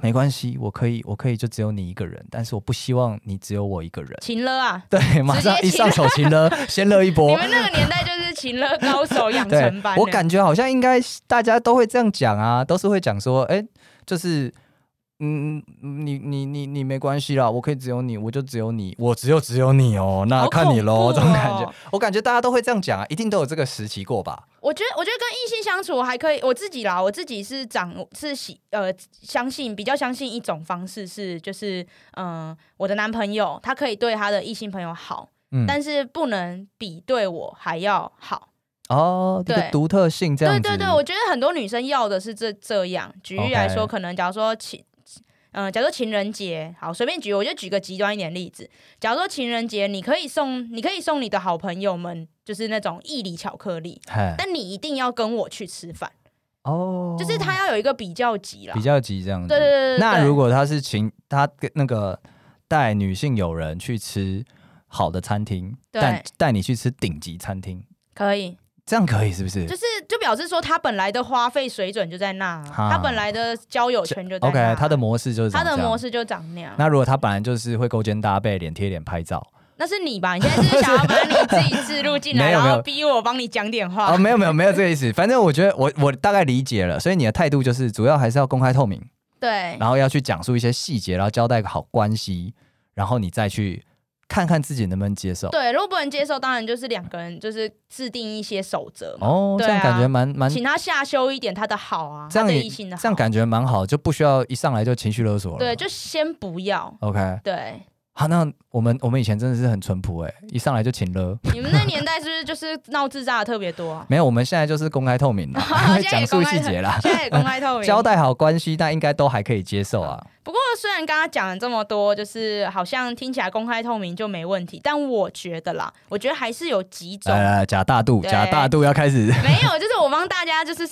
Speaker 2: 没关系，我可以，我可以就只有你一个人，但是我不希望你只有我一个 人。
Speaker 1: 情勒啊，
Speaker 2: 对，马上一上手 情了，先乐一
Speaker 1: 你
Speaker 2: 波。
Speaker 1: 们那个年代就是情勒高手养
Speaker 2: 对
Speaker 1: 成班，呢。
Speaker 2: 我感觉好像应该大家都会这样讲啊，都是会讲说，哎、就是。嗯，你你你你没关系啦，我可以只有你，我就只有你，我只有只有你哦，那
Speaker 1: 好
Speaker 2: 看你
Speaker 1: 恐怖
Speaker 2: 喽，这种感觉
Speaker 1: 哦，
Speaker 2: 我感觉大家都会这样讲啊，一定都有这个时期过吧？
Speaker 1: 我觉得，我觉得跟异性相处还可以。我自己啦，我自己是长是喜呃相信比较相信一种方式是，就是嗯、呃我的男朋友他可以对他的异性朋友好，
Speaker 2: 嗯
Speaker 1: 但是不能比对我还要好。
Speaker 2: 哦，这个
Speaker 1: 对
Speaker 2: 独特性这样
Speaker 1: 对
Speaker 2: 子，
Speaker 1: 对对，我觉得很多女生要的是这这样。举例来说，可能假如说情。嗯、假如说情人节，好，随便举，我就举个极端一点的例子。假如说情人节，你可以送，你可以送你的好朋友们，就是那种一礼巧克力，
Speaker 2: 嘿，
Speaker 1: 但你一定要跟我去吃饭。
Speaker 2: 哦，
Speaker 1: 就是他要有一个比较级啦。
Speaker 2: 比较急这样子，
Speaker 1: 对对对对
Speaker 2: 那
Speaker 1: 对
Speaker 2: 如果他是请他跟那个带女性友人去吃好的餐厅，
Speaker 1: 对
Speaker 2: 但带你去吃顶级餐厅，
Speaker 1: 可以，
Speaker 2: 这样可以是不是？
Speaker 1: 就是就表示说他本来的花费水准就在那啊，
Speaker 2: 哈
Speaker 1: 他本来的交友圈就在
Speaker 2: OK，
Speaker 1: 那啊，
Speaker 2: 他的模式就是
Speaker 1: 他
Speaker 2: 长
Speaker 1: 的
Speaker 2: 这样
Speaker 1: 模。式就长那样。
Speaker 2: 那如果他本来就是会勾肩搭背、脸贴脸拍照，
Speaker 1: 那是你吧？你现在是想要把你自己置入进
Speaker 2: 没
Speaker 1: 来，
Speaker 2: 有
Speaker 1: 然
Speaker 2: 没有
Speaker 1: 后逼我帮你讲点话
Speaker 2: 哦，？没有没有没有这个意思，反正我觉得我我大概理解了，所以你的态度就是主要还是要公开透明，
Speaker 1: 对
Speaker 2: 然后要去讲述一些细节，然后交代个好关系，然后你再去看看自己能不能接受。
Speaker 1: 对，如果不能接受，当然就是两个人就是制定一些守则嘛，
Speaker 2: 哦，这
Speaker 1: 对
Speaker 2: 样
Speaker 1: 啊
Speaker 2: 感觉蛮蛮
Speaker 1: 请他下修一点他的好啊，
Speaker 2: 这样
Speaker 1: 他
Speaker 2: 也
Speaker 1: 的异性的好
Speaker 2: 这样感觉蛮好，就不需要一上来就情绪勒索了。
Speaker 1: 对，就先不要。
Speaker 2: OK。
Speaker 1: 对，
Speaker 2: 好，那我们我们以前真的是很淳朴哎、一上来就请了，？
Speaker 1: 你们那年代是不是就是闹自杀的特别多啊
Speaker 2: 没有，我们现在就是公开透
Speaker 1: ，
Speaker 2: 明了
Speaker 1: 现在
Speaker 2: 讲
Speaker 1: 也
Speaker 2: 述
Speaker 1: 公开
Speaker 2: 细节啦，
Speaker 1: 现在也公开透明，
Speaker 2: 交代好关系，那应该都还可以接受啊。
Speaker 1: 不过，虽然刚刚讲了这么多，就是好像听起来公开透明就没问题，但我觉得啦，我觉得还是有几种
Speaker 2: 来来呃来，假大度，
Speaker 1: 对
Speaker 2: 假大度要开始
Speaker 1: 没有，就是我帮大家就是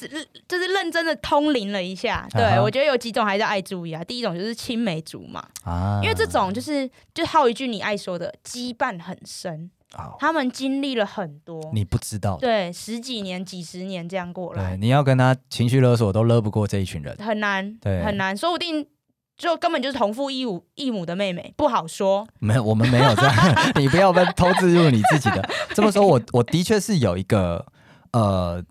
Speaker 1: 就是认真的通灵了一下。对、
Speaker 2: 啊哈
Speaker 1: 我觉得有几种还是爱注意啊。第一种就是青梅竹马，
Speaker 2: 啊
Speaker 1: 因为这种就是就好一句你爱说的，羁绊很深，
Speaker 2: 好
Speaker 1: 他们经历了很多，
Speaker 2: 你不知道，
Speaker 1: 对，十几年、几十年这样过
Speaker 2: 对，
Speaker 1: 来，
Speaker 2: 你要跟他情绪勒索都勒不过这一群人，
Speaker 1: 很难，
Speaker 2: 对
Speaker 1: 很难，说不定就根本就是同父异母异母的妹妹，不好说。
Speaker 2: 没有，我们没有这样，你不要被偷自入你自己的。这么说，我我的确是有一个呃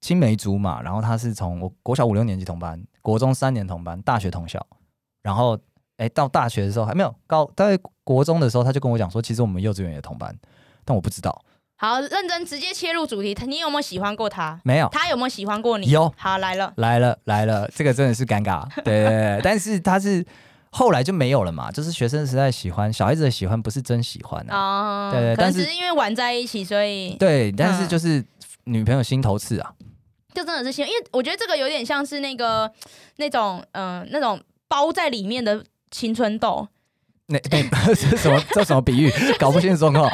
Speaker 2: 青梅竹马，然后他是从我国小五六年级同班，国中三年同班，大学同校，然后哎到大学的时候还没有高，在国中的时候他就跟我讲说，其实我们幼稚园也同班，但我不知道，
Speaker 1: 好，认真直接切入主题，他你有没有喜欢过他？
Speaker 2: 没有。
Speaker 1: 他有没有喜欢过你？
Speaker 2: 有
Speaker 1: 好，来了。
Speaker 2: 来了来了，这个真的是尴尬，对对对，但是他是后来就没有了嘛，就是学生时代喜欢，小孩子的喜欢不是真喜欢啊，
Speaker 1: 哦，
Speaker 2: 对对
Speaker 1: 可
Speaker 2: 但
Speaker 1: 能
Speaker 2: 是
Speaker 1: 只是因为玩在一起，所以
Speaker 2: 对，但是
Speaker 1: 嗯
Speaker 2: 就是女朋友心头刺啊，
Speaker 1: 就真的是新闻，因为我觉得这个有点像是那个那种嗯、呃那种包在里面的青春痘，
Speaker 2: 那 那这是什么这是什么 比喻？搞不清楚状况，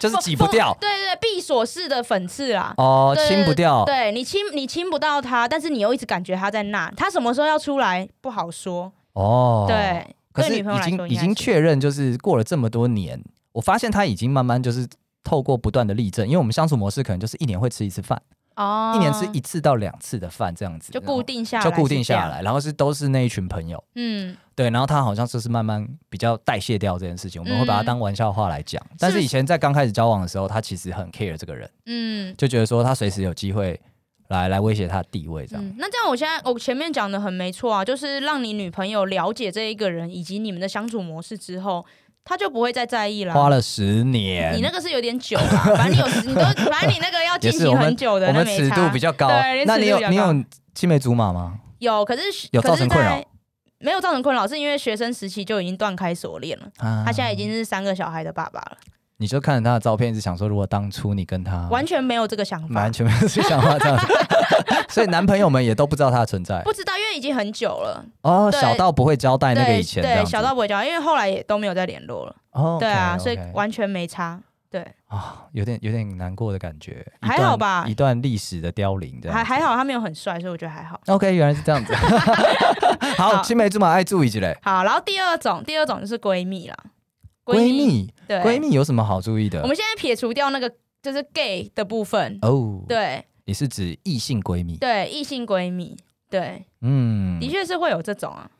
Speaker 2: 就是挤不掉
Speaker 1: 对对对，闭锁式的粉刺啦。
Speaker 2: 哦，
Speaker 1: 对
Speaker 2: 清不掉。
Speaker 1: 对你亲你亲不到它，但是你又一直感觉它在那，它什么时候要出来不好说。
Speaker 2: 哦，。
Speaker 1: 对，
Speaker 2: 可
Speaker 1: 对
Speaker 2: 是
Speaker 1: 女朋友
Speaker 2: 已
Speaker 1: 来说
Speaker 2: 经已
Speaker 1: 应该
Speaker 2: 经
Speaker 1: 是
Speaker 2: 确认，就是过了这么多年，我发现他已经慢慢就是透过不断的例证，因为我们相处模式可能就是一年会吃一次饭，
Speaker 1: 哦，
Speaker 2: 一年吃一次到两次的饭这样子，
Speaker 1: 就
Speaker 2: 然后
Speaker 1: 固定下来，
Speaker 2: 就固定下。来，然后是都是那一群朋友。
Speaker 1: 嗯，
Speaker 2: 对，然后他好像就是慢慢比较代谢掉这件事情，我们会把它
Speaker 1: 嗯
Speaker 2: 当玩笑话来讲。但
Speaker 1: 是
Speaker 2: 是以前在刚开始交往的时候，他其实很 care 这个人，
Speaker 1: 嗯
Speaker 2: 就觉得说他随时有机会来来威胁他的地位这样。
Speaker 1: 嗯，那这样我现在我前面讲的很没错啊，就是让你女朋友了解这一个人以及你们的相处模式之后，她就不会再在意啦。
Speaker 2: 花了十
Speaker 1: 你
Speaker 2: 年
Speaker 1: 那，个是有点久啦， 反正你有时你都反正你那个要进
Speaker 2: 也是
Speaker 1: 行
Speaker 2: 我们
Speaker 1: 很久的，
Speaker 2: 我
Speaker 1: 那
Speaker 2: 们
Speaker 1: 没
Speaker 2: 尺度
Speaker 1: 差
Speaker 2: 比较高
Speaker 1: 对。
Speaker 2: 那你
Speaker 1: 尺度
Speaker 2: 有
Speaker 1: 比较
Speaker 2: 你
Speaker 1: 高
Speaker 2: 有青梅竹马吗？
Speaker 1: 有，可是
Speaker 2: 有
Speaker 1: 可
Speaker 2: 造
Speaker 1: 是
Speaker 2: 成困
Speaker 1: 在
Speaker 2: 扰
Speaker 1: 没有造成困扰，是因为学生时期就已经断开锁链了。
Speaker 2: 啊
Speaker 1: 他现在已经是三个小孩的爸爸了，
Speaker 2: 你就看着他的照片，一直想说，如果当初你跟他
Speaker 1: 完全没有这个想法
Speaker 2: 完。全没有去想法这 样子，所以男朋友们也都不知道他的存在
Speaker 1: 不知道，因为已经很久了。
Speaker 2: 哦，
Speaker 1: 对
Speaker 2: 小到不会交代那个
Speaker 1: 对
Speaker 2: 以前这样
Speaker 1: 对，
Speaker 2: 子
Speaker 1: 小到不会讲，因为后来也都没有再联络了。
Speaker 2: 哦，
Speaker 1: 对啊
Speaker 2: OK，OK
Speaker 1: 所以完全没差。对，
Speaker 2: 啊，有点有点难过的感觉，一
Speaker 1: 还
Speaker 2: 段
Speaker 1: 好吧
Speaker 2: 一段历史的凋零这样
Speaker 1: 还
Speaker 2: 子，
Speaker 1: 还好他没有很帅，所以我觉得还好。
Speaker 2: OK，原来是 这样子， 好，
Speaker 1: 好
Speaker 2: 青梅竹马爱注意起嘞，
Speaker 1: 好，然后第二种，第二种就是闺蜜啦。
Speaker 2: 闺，蜜
Speaker 1: 对，
Speaker 2: 闺。蜜有什么好注意
Speaker 1: 我
Speaker 2: 的？
Speaker 1: 们现在撇除掉那个就是 gay 的部分，
Speaker 2: 哦，，
Speaker 1: 对
Speaker 2: 你是指异性闺蜜，
Speaker 1: 对，异性闺蜜，对，
Speaker 2: 嗯，
Speaker 1: 的确是会有这种啊。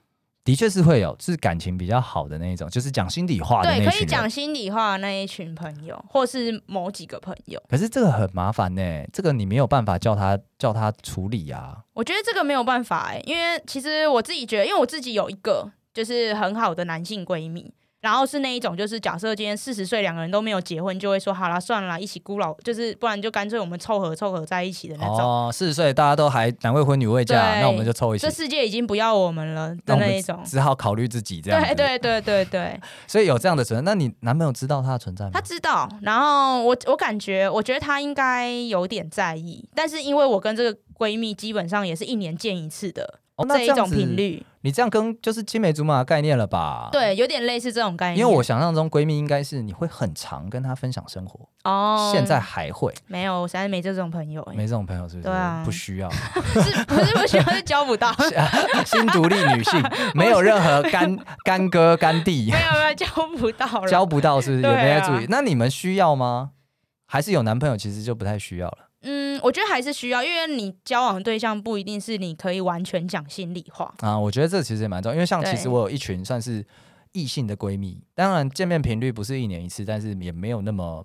Speaker 2: 的确是会有，是感情比较好的那一种，就是讲心里话的啊那
Speaker 1: 对，
Speaker 2: 一群
Speaker 1: 可以
Speaker 2: 人
Speaker 1: 讲心里话的那一群朋友，或是某几个朋友，
Speaker 2: 可是这个很麻烦呢、这个你没有办法叫他叫他处理啊。
Speaker 1: 我觉得这个没有办法哎、因为其实我自己觉得，因为我自己有一个就是很好的男性闺蜜，然后是那一种就是假设今天四十岁两个人都没有结婚，就会说好啦算了啦，一起孤老，就是不然就干脆我们凑合凑合在一起的那种。
Speaker 2: 哦，四十岁大家都还男未婚女未嫁，
Speaker 1: 对
Speaker 2: 那我们就凑一起
Speaker 1: 这，世界已经不要我们了的
Speaker 2: 那我
Speaker 1: 那
Speaker 2: 们
Speaker 1: 一种，
Speaker 2: 只好考虑自己这样
Speaker 1: 对
Speaker 2: 子。，
Speaker 1: 对对对对，
Speaker 2: 所以有这样的存在。那你男朋友知道他的存在吗
Speaker 1: 他？知道，然后我我感觉，我觉得他应该有点在意，但是因为我跟这个闺蜜基本上也是一年见一次的
Speaker 2: 哦，那
Speaker 1: 这
Speaker 2: 这
Speaker 1: 一
Speaker 2: 样
Speaker 1: 种
Speaker 2: 子
Speaker 1: 频，率，
Speaker 2: 你这样跟就是青梅竹马的概念了吧？。
Speaker 1: 对，有点类似这种概念。
Speaker 2: 因为我想象中闺蜜应该是你会很常跟她分享生活，
Speaker 1: 哦，
Speaker 2: 现在还会
Speaker 1: 没有，我实在没这种朋友、欸，
Speaker 2: 没这种朋友是不是？
Speaker 1: 对啊
Speaker 2: 不需要，
Speaker 1: 是不是不需要是交不 到，
Speaker 2: 新独立 女性没有任何干 干哥干弟，
Speaker 1: 没有没有交不到了，
Speaker 2: 交不到是不是？
Speaker 1: 对
Speaker 2: 有
Speaker 1: 啊
Speaker 2: 没有在注意？那你们需要吗？还是有男朋友其实就不太需要了？
Speaker 1: 嗯，我觉得还是需要，因为你交往的对象不一定是你可以完全讲心里话，
Speaker 2: 啊，我觉得这其实也蛮重要，因为像
Speaker 1: 对
Speaker 2: 其实我有一群算是异性的闺蜜，当然见面频率不是一年一次，但是也没有那么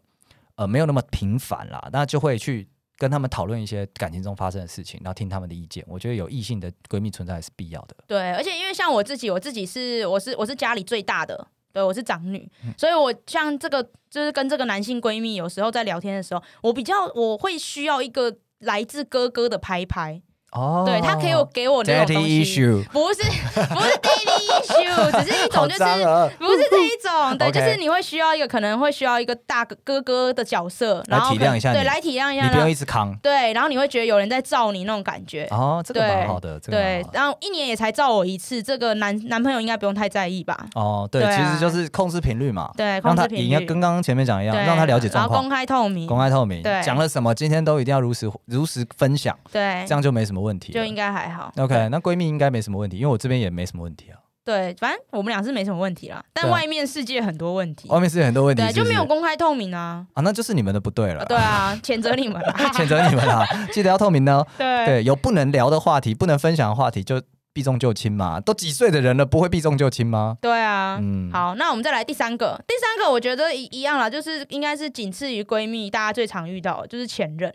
Speaker 2: 呃没有那么频繁啦，那就会去。跟他们讨论一些感情中发生的事情，然后听他们的意见。我觉得有异性的闺蜜存在是必要的。
Speaker 1: 对，而且因为像我自己，我自己是我是我是家里最大的。对，我是长女，
Speaker 2: 嗯
Speaker 1: 所以我像这个就是跟这个男性闺蜜，有时候在聊天的时候，我比较我会需要一个来自哥哥的拍拍，
Speaker 2: 哦
Speaker 1: 对他可以有给我那
Speaker 2: daddy
Speaker 1: 种东西，
Speaker 2: issue，
Speaker 1: 不是不是 daily issue，只是一种就是
Speaker 2: 啊！
Speaker 1: 不是这一 种，对
Speaker 2: OK
Speaker 1: 就是你会需要一个，可能会需要一个大哥哥哥的角色，然后
Speaker 2: 体谅一下
Speaker 1: 可能
Speaker 2: 你
Speaker 1: 对，来体谅一
Speaker 2: 你
Speaker 1: 下，
Speaker 2: 不
Speaker 1: 然
Speaker 2: 用
Speaker 1: 后
Speaker 2: 一直扛
Speaker 1: 对，然后你会觉得有人在罩你那种感觉，
Speaker 2: 哦，这个
Speaker 1: 对
Speaker 2: 蛮好的，这个蛮好
Speaker 1: 对
Speaker 2: 的，
Speaker 1: 然后一年也才罩我一次，这个男男朋友应该不用太在意吧？
Speaker 2: 哦，对，
Speaker 1: 对
Speaker 2: 其
Speaker 1: 啊
Speaker 2: 实就是控制频率嘛，
Speaker 1: 对，
Speaker 2: 让
Speaker 1: 控
Speaker 2: 他
Speaker 1: 制频
Speaker 2: 应
Speaker 1: 率
Speaker 2: 该跟刚刚前面讲一样，
Speaker 1: 对
Speaker 2: 啊
Speaker 1: 啊
Speaker 2: 让他了解状
Speaker 1: 然后
Speaker 2: 况
Speaker 1: 公，开透明，
Speaker 2: 公开透明，
Speaker 1: 对
Speaker 2: 讲了什么，今天都一定要如实如实分享，
Speaker 1: 对
Speaker 2: 这，样就没什么问题
Speaker 1: 哎
Speaker 2: 了。
Speaker 1: 就应该还好。
Speaker 2: OK，那闺蜜应该没什么问题，因为我这边也没什么问题啊。
Speaker 1: 对，反正我们俩是没什么问题啦，
Speaker 2: 对
Speaker 1: 但
Speaker 2: 啊
Speaker 1: 外面世界很多问题，
Speaker 2: 外面哦是有很多问题，
Speaker 1: 嗯对，
Speaker 2: 是
Speaker 1: 就
Speaker 2: 不
Speaker 1: 没
Speaker 2: 是
Speaker 1: 有公开透明啊。
Speaker 2: 啊，那就是你们的不对了
Speaker 1: 啊，对啊，谴责你们啦。
Speaker 2: 谴责你 们啦，记得要透明呢。
Speaker 1: 对
Speaker 2: 对，有不能聊的话题，不能分享的话题，就避重就轻嘛。都几岁的人了，不会避重就轻吗？
Speaker 1: 对啊，
Speaker 2: 嗯，
Speaker 1: 好，那我们再来第三个，第三个我觉得一一样啦，就是应该是仅次于闺蜜，大家最常遇到的就是前任。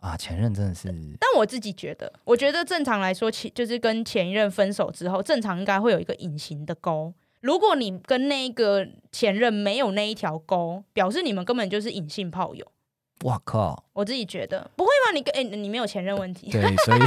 Speaker 2: 啊，前任真的是
Speaker 1: 但我自己觉得，我觉得正常来说，其就是跟前任分手之后，正常应该会有一个隐形的沟。如果你跟那个前任没有那一条沟，表示你们根本就是隐性炮友。
Speaker 2: 哇靠，
Speaker 1: 我自己觉得不会吧？你跟哎、你没有前任问题，
Speaker 2: 对， 所以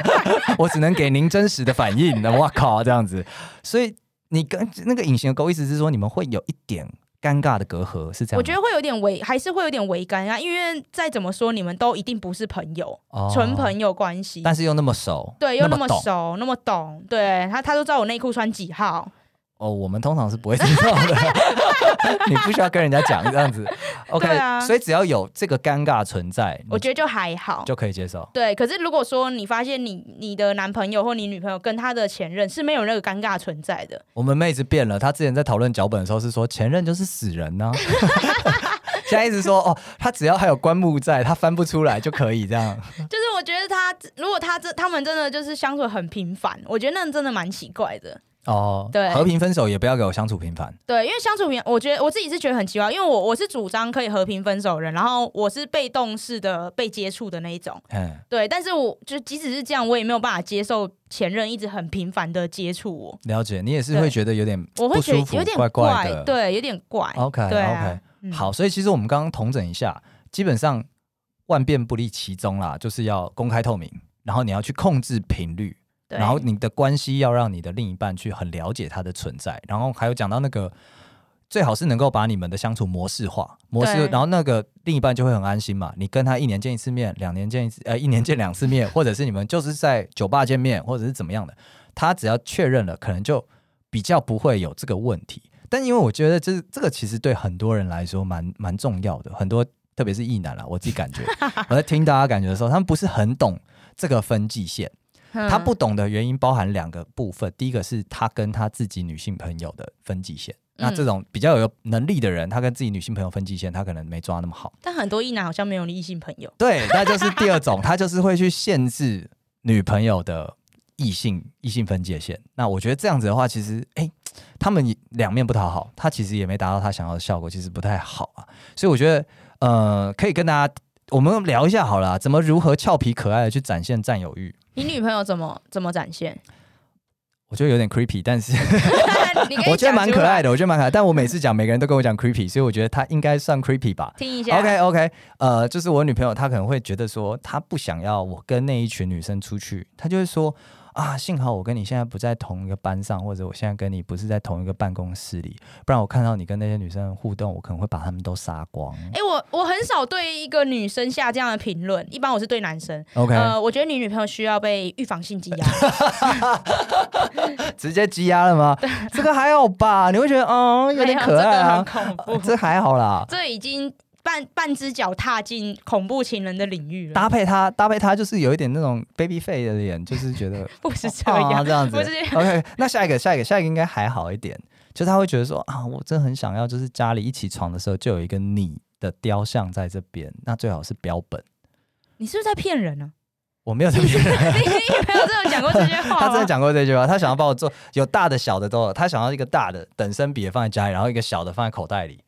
Speaker 2: 我只能给您真实的反应。哇靠，这样子，所以你跟那个隐形的勾，意思是说你们会有一点尴尬的隔阂，是这样吗？
Speaker 1: 我觉得会有点违，还是会有点违干啊，因为再怎么说，你们都一定不是朋友，
Speaker 2: 哦
Speaker 1: 纯朋友关系。
Speaker 2: 但是又那么熟，
Speaker 1: 对，又那么
Speaker 2: 懂
Speaker 1: 熟，那么懂，对他，他都知道我内裤穿几号。
Speaker 2: 哦，我们通常是不会知 道的，你不需要跟人家讲这样子。OK，、
Speaker 1: 对啊
Speaker 2: 所以只要有这个尴尬存在，
Speaker 1: 我觉
Speaker 2: 得
Speaker 1: 得就还好。
Speaker 2: 嗯就可以接受。
Speaker 1: 对，可是如果说你发现你你的男朋友或你女朋友跟他的前任是没有那个尴尬存在的，
Speaker 2: 我们妹子变了，她之前在讨论脚本的时候是说前任就是死 人呢、现在一直说哦，她只要还有棺木在，她翻不出来就可以这样。
Speaker 1: 就是我觉得他如果他这他们真的就是相处很频繁，我觉得那真的蛮奇怪的。
Speaker 2: 哦，
Speaker 1: 对
Speaker 2: 和平分手也不要给我相处平凡。
Speaker 1: 对，因为相处平，我觉得我自己是觉得很奇怪，因为我我是主张可以和平分手的人，然后我是被动式的被接触的那一种，
Speaker 2: 嗯，
Speaker 1: 对，但是我就即使是这样，我也没有办法接受前任一直很频繁的接触我，
Speaker 2: 了解，你也是
Speaker 1: 对
Speaker 2: 会觉得有点
Speaker 1: 我会
Speaker 2: 不
Speaker 1: 觉得
Speaker 2: 舒服
Speaker 1: 有点
Speaker 2: 怪怪的。
Speaker 1: 对，有点怪。
Speaker 2: ，OK
Speaker 1: 对
Speaker 2: OK，、
Speaker 1: 啊嗯
Speaker 2: 好，所以其实我们刚刚统整一下，基本上万变不离其宗啦，就是要公开透明，然后你要去控制频率，
Speaker 1: 对
Speaker 2: 然后你的关系要让你的另一半去很了解他的存在，然后还有讲到那个。最好是能够把你们的相处模式化，模式，
Speaker 1: 对
Speaker 2: 然后那个另一半就会很安心嘛。你跟他一年见一次面，两年见一次，呃，一年见两次面，或者是你们就是在酒吧见面，或者是怎么样的，他只要确认了，可能就比较不会有这个问题。但因为我觉得这这个其实对很多人来说蛮蛮重要的，很多特别是异男啦，我自己感觉 我在听大家感觉的时候，他们不是很懂这个分界线。
Speaker 1: 嗯
Speaker 2: 他不懂的原因包含两个部分，第一个是他跟他自己女性朋友的分界线。那这种比较有能力的人，他跟自己女性朋友分界线，他可能没抓那么好。
Speaker 1: 但很多异男好像没有异性朋友。
Speaker 2: 对，那就是第二种，他就是会去限制女朋友的异性异性分界线。那我觉得这样子的话，其实哎、他们也两面不讨好，他其实也没达到他想要的效果，其实不太好啊。所以我觉得呃，可以跟大家我们聊一下好了啊、怎么如何俏皮可爱的去展现占有欲。
Speaker 1: 你女朋友怎么怎么展 现？
Speaker 2: 我觉得有点 creepy，但是
Speaker 1: 你可以
Speaker 2: 我觉得蛮可爱
Speaker 1: 的，
Speaker 2: 的，我觉得蛮可爱。但我每次讲，每个人都跟我讲 creepy，所以我觉得他应该算 creepy 吧。
Speaker 1: 听一下。
Speaker 2: OK OK，呃，就是我女朋友，她可能会觉得说，她不想要我跟那一群女生出去，她就会说啊，幸好我跟你现在不在同一个班上，或者我现在跟你不是在同一个办公室里，不然我看到你跟那些女生互动，我可能会把她们都杀光。
Speaker 1: 哎、我我很少对一个女生下这样的评论，一般我是对男生。
Speaker 2: OK，、
Speaker 1: 呃，我觉得你女朋友需要被 预防性羁押。
Speaker 2: 直接积压了吗？这个还好吧？你会觉得嗯，有点 可爱
Speaker 1: 没有
Speaker 2: 啊，
Speaker 1: 这个很恐怖，
Speaker 2: 呃 这还好啦。
Speaker 1: 这已经半半只脚踏进恐怖情人的领域了，
Speaker 2: 搭配他，搭配他就是有一点那种 baby face 的脸，就是觉得
Speaker 1: 不 是这
Speaker 2: 啊
Speaker 1: 样。
Speaker 2: 这样子
Speaker 1: 不是。
Speaker 2: OK，那 下一个，下一个，下一个应该还好一点，就他会觉得说啊，我真的很想要，就是家里一起床的时候就有一个你的雕像在这边，那最好是标本。
Speaker 1: 你是不是在骗人呢、
Speaker 2: 我没 有这么觉
Speaker 1: 啊？
Speaker 2: 得。
Speaker 1: 你女朋友真的讲过这些话吗？
Speaker 2: 他真的讲过这句话，他想要把我做有大的小的都有，他想要一个大的等身笔的放在家里，然后一个小的放在口袋里。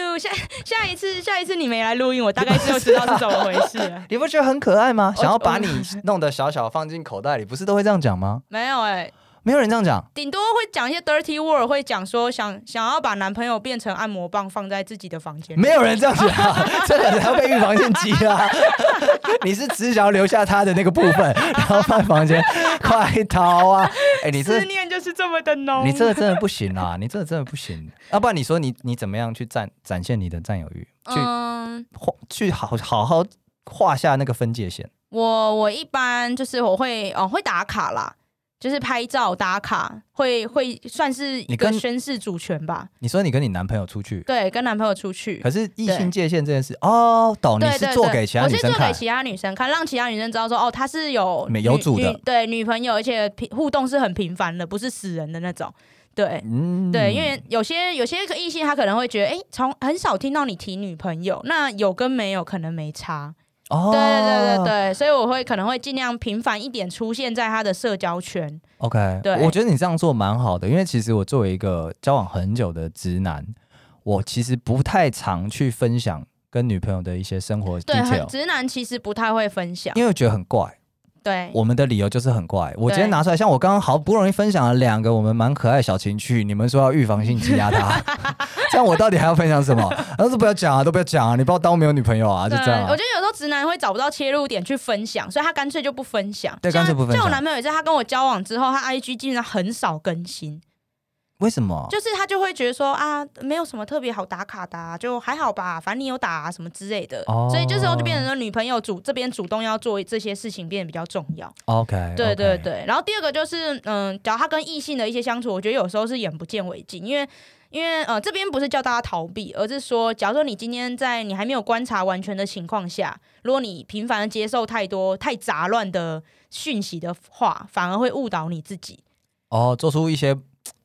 Speaker 1: 哟，下下一次下一次你没来录音，我大概就知道是怎么回事了。
Speaker 2: 你不觉得很可爱吗？
Speaker 1: 我
Speaker 2: 想要把你弄得小小放进口袋里，不是都会这样讲吗？
Speaker 1: 没有哎、
Speaker 2: 没有人这样讲。
Speaker 1: 顶多会讲一些 dirty word，会讲说想想要把男朋友变成按摩棒放在自己的房间里。
Speaker 2: 没有人这样子啊， 真的要被预防性击啊！ 你是只想要留下他的那个部 分，然后放在房间，快逃啊！哎、你这
Speaker 1: 思念就是这么的浓。
Speaker 2: 你这个真的不行啦，你这个真的不行。啊要不然你说你你怎么样去展展现你的占有欲，去
Speaker 1: 嗯，
Speaker 2: 画、去好好好画下那个分界线。
Speaker 1: 我我一般就是我会哦会打卡啦，就是拍照打卡，会会算是一
Speaker 2: 你
Speaker 1: 个
Speaker 2: 跟
Speaker 1: 宣示主权吧。
Speaker 2: 你说你跟你男朋友出去，
Speaker 1: 对，跟男朋友出去
Speaker 2: 可。是异性界限这件事，哦，懂？你
Speaker 1: 对对
Speaker 2: 是做
Speaker 1: 对，
Speaker 2: 给其他
Speaker 1: 我
Speaker 2: 女
Speaker 1: 是
Speaker 2: 生
Speaker 1: 做给
Speaker 2: 看，
Speaker 1: 其他女生看，让其他女生知道说哦，他是有
Speaker 2: 没
Speaker 1: 女
Speaker 2: 有主的
Speaker 1: 女对女朋友，而且频互动是很频繁的，不是死人的那种。对，
Speaker 2: 嗯
Speaker 1: 对，因为有些有些异性他可能会觉得，哎、从很少听到你提女朋友，那有跟没有可能没差。
Speaker 2: 哦，
Speaker 1: 对对对对对，所以我会可能会尽量频繁一点出现在他的社交圈。
Speaker 2: OK，
Speaker 1: 对
Speaker 2: 我觉得你这样做蛮好的，因为其实我作为一个交往很久的直男，我其实不太常去分享跟女朋友的一些生活
Speaker 1: 对，很
Speaker 2: detail，
Speaker 1: 直嗯男其实不太会分享。
Speaker 2: 因为我觉得很怪。
Speaker 1: 对，
Speaker 2: 我们的理由就是很怪。我今天
Speaker 1: 对
Speaker 2: 拿出来，像我刚刚好不容易分享了两个我们蛮可爱的小情趣，你们说要预防性积压它， 这样我到底还要分享什么？然后不要讲啊，都不要讲啊，你不要当我没有女朋友啊，就
Speaker 1: 对，
Speaker 2: 这样、
Speaker 1: 我
Speaker 2: 啊
Speaker 1: 觉。得有时候直男会找不到切入点去分享，所以他干脆就不分享。
Speaker 2: 对干脆不分享
Speaker 1: 像我男朋友也是，他跟我交往之后，他 IG 基本上很少更新。
Speaker 2: 为什么？
Speaker 1: 就是他就会觉得说啊，没有什么特别好打卡的、啊，就还好吧，反正你有打、啊、什么之类的，
Speaker 2: 哦
Speaker 1: 所以这时候就变成了女朋友主这边主动要做这些事情变得比较重要。
Speaker 2: 哎 OK，
Speaker 1: 对对，对，然后第二个就是，嗯，只要他跟异性的一些相处，我觉得有时候是眼不见为净，因为。因为呃，这边不是叫大家逃避，而是说，假如说你今天在你还没有观察完全的情况下，如果你频繁的接受太多太杂乱的讯息的话，反而会误导你自己。
Speaker 2: 哦，做出一些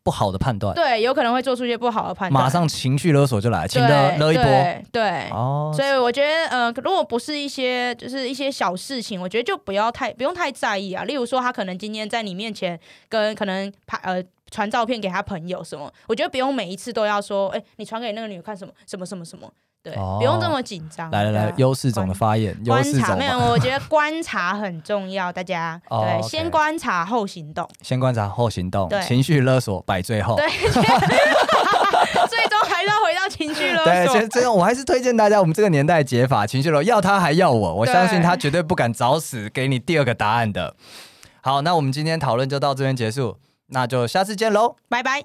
Speaker 2: 不好的判断，
Speaker 1: 对，有可能会做出一些不好的判断。
Speaker 2: 马上情绪勒索就来，情
Speaker 1: 对
Speaker 2: 勒勒一波。
Speaker 1: 对对，
Speaker 2: 哦，
Speaker 1: 所以我觉得，呃，如果不是一些就是一些小事情，我觉得就不要太不用太在意啊。例如说，他可能今天在你面前跟可能拍呃传照片给他朋友什么，我觉得不用每一次都要说，哎、你传给那个女的看什么什么什么什么，对，
Speaker 2: 哦
Speaker 1: 不用这么紧张。
Speaker 2: 来来
Speaker 1: 对啊
Speaker 2: 来，优势总的发言，优
Speaker 1: 观
Speaker 2: 势
Speaker 1: 察
Speaker 2: 总
Speaker 1: 没有，
Speaker 2: 嘛，
Speaker 1: 我觉得观察很重要，大 家对、
Speaker 2: 哦，OK
Speaker 1: 先观察后行动，
Speaker 2: 先观察后行动
Speaker 1: 对，
Speaker 2: 情绪勒索摆最后。
Speaker 1: 对， 最终还是要回到情绪勒
Speaker 2: 对，
Speaker 1: 索
Speaker 2: 这。这个我还是推荐大家，我们这个年代解法情绪流，要他还要我，我
Speaker 1: 对
Speaker 2: 相信他绝对不敢找死给你第二个答案的。好，那我们今天讨论就到这边结束，那就下次见喽，
Speaker 1: 拜拜。